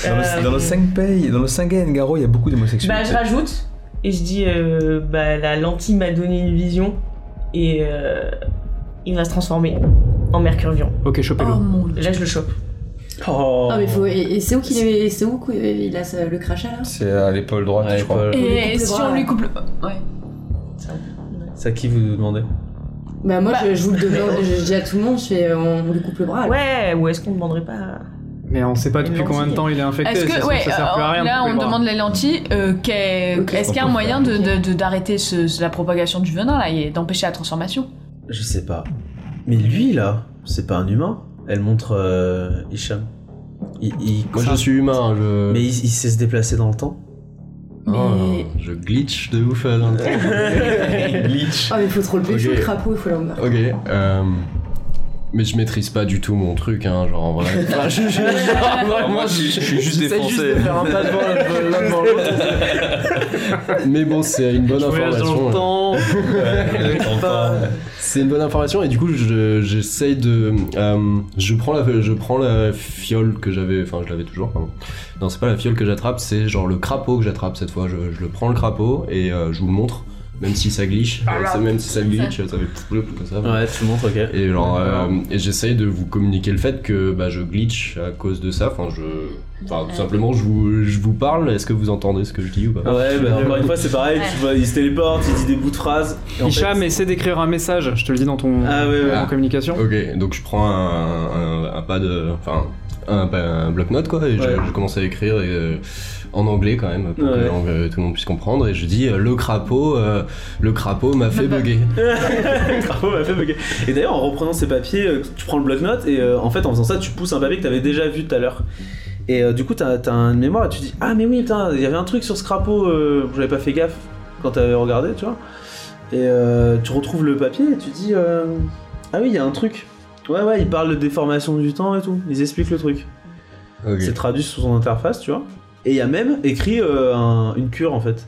[SPEAKER 2] Dans le, dans le 5 pays, dans le 5 Ngaro, il y a beaucoup
[SPEAKER 7] Bah,
[SPEAKER 2] d'homosexuels.
[SPEAKER 7] je rajoute et je dis euh, bah, la lentille m'a donné une vision et euh, il va se transformer en Mercurion.
[SPEAKER 6] Ok, chopez-le.
[SPEAKER 4] Oh mon dieu.
[SPEAKER 7] Là, je le chope.
[SPEAKER 1] Oh,
[SPEAKER 5] Ah, mais faut. Et, et c'est où qu'il est, c'est où qu'il a sa- le crachat là
[SPEAKER 2] c'est à l'épaule droite,
[SPEAKER 1] Ouais,
[SPEAKER 2] je crois.
[SPEAKER 1] Paul.
[SPEAKER 4] Et
[SPEAKER 5] coupe les
[SPEAKER 4] si
[SPEAKER 5] bras,
[SPEAKER 4] on
[SPEAKER 5] là.
[SPEAKER 4] lui coupe le. Ouais.
[SPEAKER 1] C'est à qui vous demandez
[SPEAKER 5] Bah, moi
[SPEAKER 4] Bah.
[SPEAKER 5] je, je vous le demande, je, je dis à tout le monde, je fais, euh, on lui coupe le bras. là.
[SPEAKER 7] Ouais, ou est-ce qu'on ne demanderait pas
[SPEAKER 6] Mais on sait pas
[SPEAKER 7] Une
[SPEAKER 6] depuis combien de
[SPEAKER 7] lentille.
[SPEAKER 6] temps il est infecté,
[SPEAKER 4] Est-ce
[SPEAKER 6] ça,
[SPEAKER 4] que,
[SPEAKER 6] ça-
[SPEAKER 4] ouais,
[SPEAKER 6] ça sert plus à
[SPEAKER 4] euh,
[SPEAKER 6] rien. de
[SPEAKER 4] là
[SPEAKER 6] couper
[SPEAKER 4] on
[SPEAKER 6] le bras.
[SPEAKER 4] demande les lentilles. euh, qu'est-
[SPEAKER 5] Ok.
[SPEAKER 4] Est-ce qu'il y a un moyen de- de- de- d'arrêter ce- ce- la propagation du venin là et d'empêcher la transformation
[SPEAKER 1] Je sais pas. Mais lui là, c'est pas un humain. Elle montre euh, Hicham. Il, il-
[SPEAKER 3] Moi je suis humain, je.
[SPEAKER 1] Mais il, il sait se déplacer dans le temps.
[SPEAKER 3] Oh,
[SPEAKER 4] Mais-
[SPEAKER 3] je glitch de ouf euh, dans le temps. glitch.
[SPEAKER 5] Ah, mais faut trop le pécho,
[SPEAKER 3] Ok.
[SPEAKER 5] le crapaud, il faut l'embarquer.
[SPEAKER 3] Ok. euh, Mais je maîtrise pas du tout mon truc, hein, genre en vrai. Enfin, je, je- genre, vraiment, je- je suis juste
[SPEAKER 2] J'essaie juste
[SPEAKER 3] défoncé.
[SPEAKER 2] de faire un pas devant l'autre- l'un devant l'autre.
[SPEAKER 3] Mais bon, c'est une bonne
[SPEAKER 6] Je voyage dans
[SPEAKER 3] information.
[SPEAKER 6] le temps.
[SPEAKER 3] C'est une bonne information et du coup je- j'essaye de euh, je prends la je prends la fiole que j'avais enfin je l'avais toujours pardon. Non c'est pas la fiole que j'attrape c'est genre le crapaud que j'attrape cette fois je, je le prends le crapaud et euh, je vous le montre Même si ça glitch,
[SPEAKER 2] Ah,
[SPEAKER 4] Voilà.
[SPEAKER 3] ça- même si ça glitch, ça fait ploup, ploup, comme ça.
[SPEAKER 1] Ouais, tu montres, ok.
[SPEAKER 3] Et genre,
[SPEAKER 6] D'accord.
[SPEAKER 3] euh, et j'essaye de vous communiquer le fait que bah, je glitch à cause de ça. Enfin, je, enfin, tout simplement, je vous, je vous parle. Est-ce que vous entendez ce que je dis ou pas
[SPEAKER 1] Ouais, bah, encore une fois, c'est pareil, tu vois, il se téléporte, il dit des bouts de phrases. et en
[SPEAKER 6] Hicham,
[SPEAKER 1] fait-
[SPEAKER 6] essaie d'écrire un message, je te le dis dans ton
[SPEAKER 1] Ah ouais, ouais.
[SPEAKER 6] en communication.
[SPEAKER 3] Ok, donc je prends un, un, un pad, euh, enfin un, pa- un bloc-notes quoi, et je-
[SPEAKER 1] Ouais.
[SPEAKER 3] je, commence à écrire et, euh, en anglais quand même pour que
[SPEAKER 1] Ouais.
[SPEAKER 3] la langue, euh, tout le monde puisse comprendre. Et je dis euh, le crapaud, euh, le crapaud m'a fait bugger.
[SPEAKER 1] Bravo, m'a fait bugger. Et d'ailleurs, en reprenant ces papiers, euh, tu prends le bloc-notes et euh, en fait, en faisant ça, tu pousses un papier que t'avais déjà vu tout à l'heure. Et euh, du coup, t'as as une mémoire et tu dis Ah, mais oui, putain, il y avait un truc sur ce crapaud, euh, j'avais pas fait gaffe quand t'avais regardé, tu vois. Et euh, tu retrouves le papier et tu dis euh, Ah oui, il y a un truc. Ouais, ouais, ils parlent de déformation du temps et tout. Ils expliquent le truc.
[SPEAKER 3] Ok.
[SPEAKER 1] C'est traduit sous son interface, tu vois. Et il y a même écrit euh, un- une cure en fait.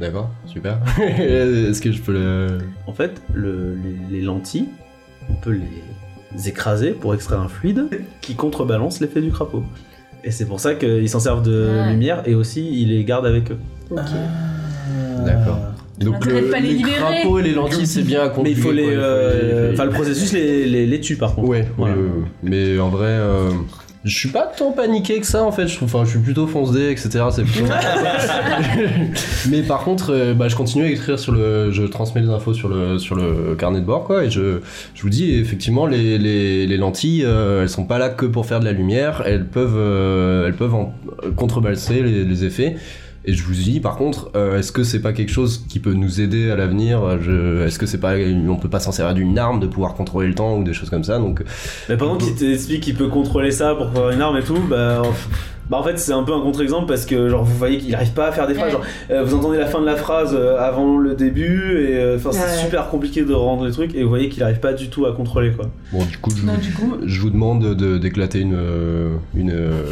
[SPEAKER 3] D'accord, super. Est-ce que je peux le.
[SPEAKER 1] En fait, le- les, les lentilles, on peut les écraser pour extraire un fluide qui contrebalance l'effet du crapaud. Et c'est pour ça qu'ils s'en servent de
[SPEAKER 4] Ouais.
[SPEAKER 1] lumière et aussi ils les gardent avec eux.
[SPEAKER 3] D'accord.
[SPEAKER 1] Euh,
[SPEAKER 3] Donc
[SPEAKER 4] Peut-être
[SPEAKER 3] le,
[SPEAKER 4] pas les
[SPEAKER 3] les
[SPEAKER 4] libérer.
[SPEAKER 3] crapaud et les lentilles, c'est bien à
[SPEAKER 1] Mais il faut les.
[SPEAKER 3] conjuguer, quoi.
[SPEAKER 1] euh,
[SPEAKER 3] Il faut les- il faut les-
[SPEAKER 1] Enfin, le processus les, les, les tue par contre.
[SPEAKER 3] Ouais,
[SPEAKER 1] Voilà.
[SPEAKER 3] ouais, ouais, ouais. mais en vrai, euh, je suis pas tant paniqué que ça en fait. Je trouve, enfin, je suis plutôt foncé, etc. C'est plutôt. mais par contre, euh, bah, je continue à écrire sur le, je transmets les infos sur le sur le carnet de bord quoi, et je, je vous dis effectivement les, les, les lentilles, euh, elles sont pas là que pour faire de la lumière, elles peuvent euh, elles peuvent en- contrebalancer les, les effets. Et je vous dis, par contre, euh, est-ce que c'est pas quelque chose qui peut nous aider à l'avenir Je- Est-ce que c'est pas, on peut pas s'en servir d'une arme de pouvoir contrôler le temps ou des choses comme ça Donc
[SPEAKER 1] Mais pendant qu'il t'explique qu'il peut contrôler ça pour avoir une arme et tout, bah. en- bah, en fait, c'est un peu un contre-exemple parce que, genre, vous voyez qu'il arrive pas à faire des phrases.
[SPEAKER 4] Ouais.
[SPEAKER 1] genre, euh, vous entendez la fin de la phrase euh, avant le début, et euh, enfin, c'est
[SPEAKER 5] Ouais.
[SPEAKER 1] super compliqué de rendre les trucs, et vous voyez qu'il arrive pas du tout à contrôler, quoi.
[SPEAKER 3] Bon, du coup, je,
[SPEAKER 4] Non, du coup.
[SPEAKER 3] je vous demande de- d'éclater une. euh, une. euh,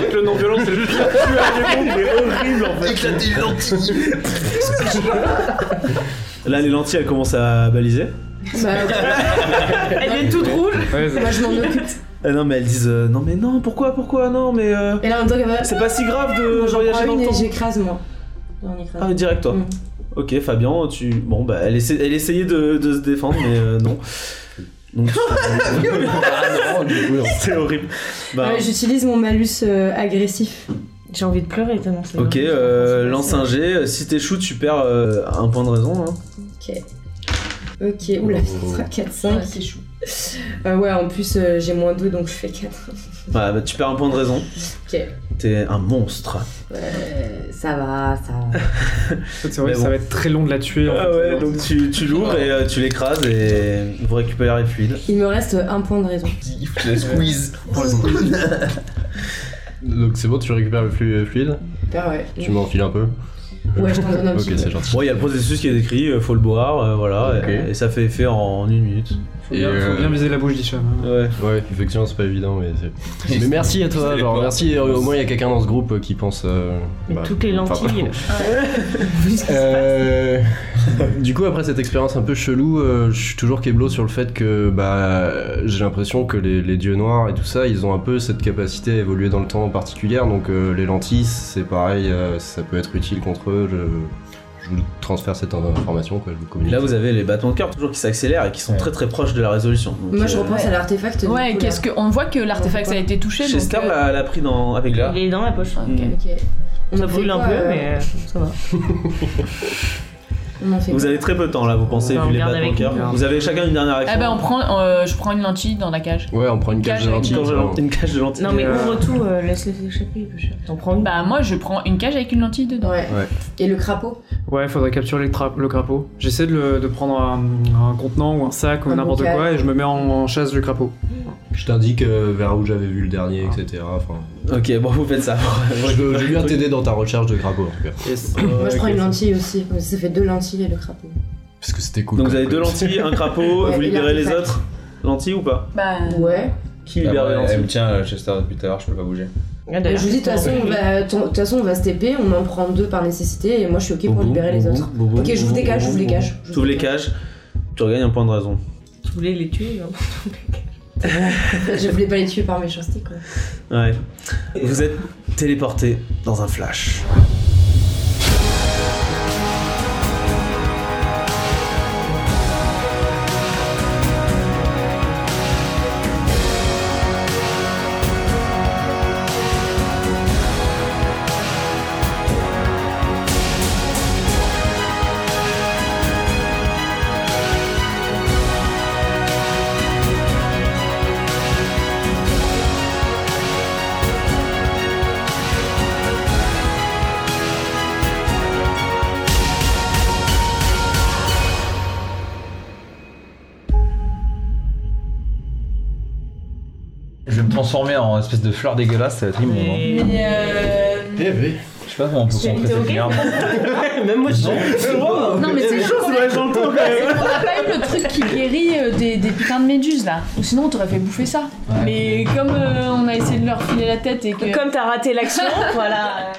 [SPEAKER 6] Avec le non-violent, c'est juste
[SPEAKER 1] horrible en fait. Là, les lentilles, elles commencent à baliser.
[SPEAKER 7] Elle est toute rouge.
[SPEAKER 5] Bah, moi je m'en occupe.
[SPEAKER 1] Ah non, mais elles disent euh, non, mais non, pourquoi, pourquoi, non, mais euh,
[SPEAKER 5] Et là, en même temps, comme ça,
[SPEAKER 1] c'est pas si grave de
[SPEAKER 5] moi, j'en prends
[SPEAKER 1] voyager dans
[SPEAKER 5] une
[SPEAKER 1] le
[SPEAKER 5] et
[SPEAKER 1] temps.
[SPEAKER 5] j'écrase moi. Non, on écrase.
[SPEAKER 1] Ah, mais direct toi.
[SPEAKER 5] Mm.
[SPEAKER 1] Ok, Fabien, tu. Bon, bah, elle, essa- elle essayait de, de se défendre, mais euh, non. Donc,
[SPEAKER 3] Ah non, du coup, non.
[SPEAKER 1] c'est horrible. Bah,
[SPEAKER 5] Ah ouais, J'utilise mon malus euh, agressif.
[SPEAKER 7] J'ai envie de pleurer tellement c'est.
[SPEAKER 1] ok, euh, lance un G. Si t'échoues, tu perds euh, un point de raison. hein.
[SPEAKER 5] Ok. Ok, oula,
[SPEAKER 3] Oh.
[SPEAKER 5] 4, 5.
[SPEAKER 4] Ouais, c'est chou.
[SPEAKER 5] ouais, en plus euh, j'ai moins 2 donc je fais 4.
[SPEAKER 1] Bah, bah, tu perds un point de raison.
[SPEAKER 5] Ok.
[SPEAKER 1] T'es un monstre.
[SPEAKER 5] ça va, ça va.
[SPEAKER 6] C'est vrai
[SPEAKER 1] Mais
[SPEAKER 6] que
[SPEAKER 1] bon.
[SPEAKER 6] ça va être très long de la tuer. en
[SPEAKER 1] Ah
[SPEAKER 6] fait.
[SPEAKER 1] ouais, donc tu, tu l'ouvres et euh, tu l'écrases et vous récupérez les fluides.
[SPEAKER 5] Il me reste un point de raison.
[SPEAKER 8] Il faut la squeeze.
[SPEAKER 3] Donc c'est bon, tu récupères le flu- euh, fluide
[SPEAKER 5] Super, ouais.
[SPEAKER 3] Tu m'enfiles un peu
[SPEAKER 5] Ouais, je t'en
[SPEAKER 6] Ah
[SPEAKER 5] donne un
[SPEAKER 3] Ok,
[SPEAKER 5] petit
[SPEAKER 3] c'est
[SPEAKER 5] peu.
[SPEAKER 3] gentil.
[SPEAKER 1] Bon, il y a le processus qui est décrit, euh, faut le boire, euh, voilà,
[SPEAKER 3] Ok.
[SPEAKER 1] et, et ça fait effet en, en une minute.
[SPEAKER 6] Faut
[SPEAKER 3] Et,
[SPEAKER 6] bien, faut
[SPEAKER 3] euh,
[SPEAKER 6] bien viser la bouche d'Hicham. hein.
[SPEAKER 1] Ouais.
[SPEAKER 3] Ouais, effectivement, c'est pas évident, mais c'est. Mais merci à toi, genre, merci. euh, Au moins, il y a quelqu'un dans ce groupe euh, qui pense. euh,
[SPEAKER 7] Mais
[SPEAKER 3] bah,
[SPEAKER 7] toutes les
[SPEAKER 3] enfin,
[SPEAKER 7] lentilles.
[SPEAKER 3] Euh, du coup, après cette expérience un peu chelou, euh, je suis toujours keblo sur le fait que bah, j'ai l'impression que les, les dieux noirs et tout ça, ils ont un peu cette capacité à évoluer dans le temps en particulier. Donc euh, les lentilles, c'est pareil, euh, ça peut être utile contre eux. Je, je vous transfère cette information, quoi, je vous communique.
[SPEAKER 1] Là, vous avez les battements de cœur toujours qui s'accélèrent et qui sont
[SPEAKER 2] Ouais.
[SPEAKER 1] très très proches de la résolution. Donc,
[SPEAKER 5] Moi je
[SPEAKER 1] euh,
[SPEAKER 5] repense à l'artefact. du
[SPEAKER 4] Ouais,
[SPEAKER 5] coup,
[SPEAKER 4] qu'est-ce que. On voit que l'artefact ça a été touché. donc,
[SPEAKER 1] Chester
[SPEAKER 4] euh,
[SPEAKER 1] l'a l'a pris dans, avec là.
[SPEAKER 7] Il est dans la poche. hein.
[SPEAKER 1] Hmm.
[SPEAKER 4] Ok.
[SPEAKER 5] là. Ok. On
[SPEAKER 7] Ça
[SPEAKER 5] en fait
[SPEAKER 7] brûle un
[SPEAKER 5] quoi,
[SPEAKER 7] peu,
[SPEAKER 5] euh,
[SPEAKER 7] mais euh, ça va.
[SPEAKER 5] On en fait
[SPEAKER 1] Vous
[SPEAKER 5] quoi
[SPEAKER 1] avez très peu de temps là, vous pensez,
[SPEAKER 7] Bah, On
[SPEAKER 1] vu les
[SPEAKER 7] regarde
[SPEAKER 1] battements de
[SPEAKER 7] avec
[SPEAKER 1] cœur.
[SPEAKER 6] nous.
[SPEAKER 1] Vous avez chacun une dernière action.
[SPEAKER 4] Ah bah on prend, euh, je prends une lentille dans la cage.
[SPEAKER 3] Ouais, on prend une cage
[SPEAKER 4] Cage
[SPEAKER 3] de
[SPEAKER 4] avec
[SPEAKER 3] lentilles.
[SPEAKER 1] Une cage de
[SPEAKER 3] vraiment.
[SPEAKER 1] lentilles- une cage de lentilles.
[SPEAKER 7] Non mais
[SPEAKER 6] euh,
[SPEAKER 7] ouvre tout, euh, laisse-les s'échapper, plus cher. T'en prends une.
[SPEAKER 4] Bah moi je prends une cage avec une lentille dedans.
[SPEAKER 5] Ouais.
[SPEAKER 3] Ouais.
[SPEAKER 5] Et le crapaud
[SPEAKER 6] Ouais, faudrait capturer le, tra- le crapaud. J'essaie de, le- de prendre un, un contenant ou un sac ou
[SPEAKER 5] Un
[SPEAKER 6] n'importe
[SPEAKER 5] bocal.
[SPEAKER 6] quoi et je me mets en, en chasse du crapaud.
[SPEAKER 3] Je t'indique euh, vers où j'avais vu le dernier, etc. Enfin,
[SPEAKER 1] Ok, bon, vous faites ça.
[SPEAKER 3] je veux je veux bien t'aider dans ta recherche de crapaud, en tout cas.
[SPEAKER 5] Moi je prends une lentille aussi. Ça fait deux lentilles et le crapaud.
[SPEAKER 3] Parce que c'était cool.
[SPEAKER 1] Donc vous
[SPEAKER 3] comme
[SPEAKER 1] avez deux
[SPEAKER 3] concept.
[SPEAKER 1] lentilles, un crapaud,
[SPEAKER 5] Ouais,
[SPEAKER 1] vous
[SPEAKER 5] et
[SPEAKER 1] libérez les
[SPEAKER 5] l'artefact.
[SPEAKER 1] autres. Lentilles ou pas
[SPEAKER 4] Bah
[SPEAKER 5] Ouais.
[SPEAKER 1] Qui
[SPEAKER 2] Ah
[SPEAKER 1] libère
[SPEAKER 2] bah,
[SPEAKER 1] les lentilles
[SPEAKER 2] elle me tient euh, Chester depuis tout à l'heure, je peux pas bouger.
[SPEAKER 7] Ah,
[SPEAKER 5] je vous dis, de toute façon, on va- ton- de toute façon, on va se TP, on en prend deux par nécessité, et moi je suis ok pour
[SPEAKER 1] Boum,
[SPEAKER 5] libérer les
[SPEAKER 1] boum,
[SPEAKER 5] autres.
[SPEAKER 1] boum, boum,
[SPEAKER 5] Ok, je vous
[SPEAKER 1] boum,
[SPEAKER 5] dégage, je vous
[SPEAKER 1] boum,
[SPEAKER 5] dégage.
[SPEAKER 1] boum.
[SPEAKER 5] je vous
[SPEAKER 1] Tu ouvres les
[SPEAKER 5] dégage.
[SPEAKER 1] cages, tu regagnes un point de raison.
[SPEAKER 7] Tu voulais les tuer. hein.
[SPEAKER 5] Je voulais pas les tuer par méchanceté, quoi.
[SPEAKER 1] Ouais. Vous êtes téléporté dans un flash.
[SPEAKER 2] transformer en espèce de fleur dégueulasse, ça va être immonde. hein.
[SPEAKER 1] Mmh.
[SPEAKER 7] Mais-
[SPEAKER 4] Mais euh...
[SPEAKER 3] Eh oui.
[SPEAKER 2] Je sais pas comment on peut
[SPEAKER 7] C'est-
[SPEAKER 2] contrer
[SPEAKER 7] t'es
[SPEAKER 2] cette
[SPEAKER 7] ok
[SPEAKER 2] merde.
[SPEAKER 3] Même moi, je
[SPEAKER 4] Non, mais c'est juste qu'on a- on a pas eu le truc qui guérit euh, des, des putains de méduses là. Ou sinon, on t'aurait fait bouffer ça. Mais comme euh, on a essayé de leur filer la tête et que.
[SPEAKER 7] Comme t'as raté l'action, voilà.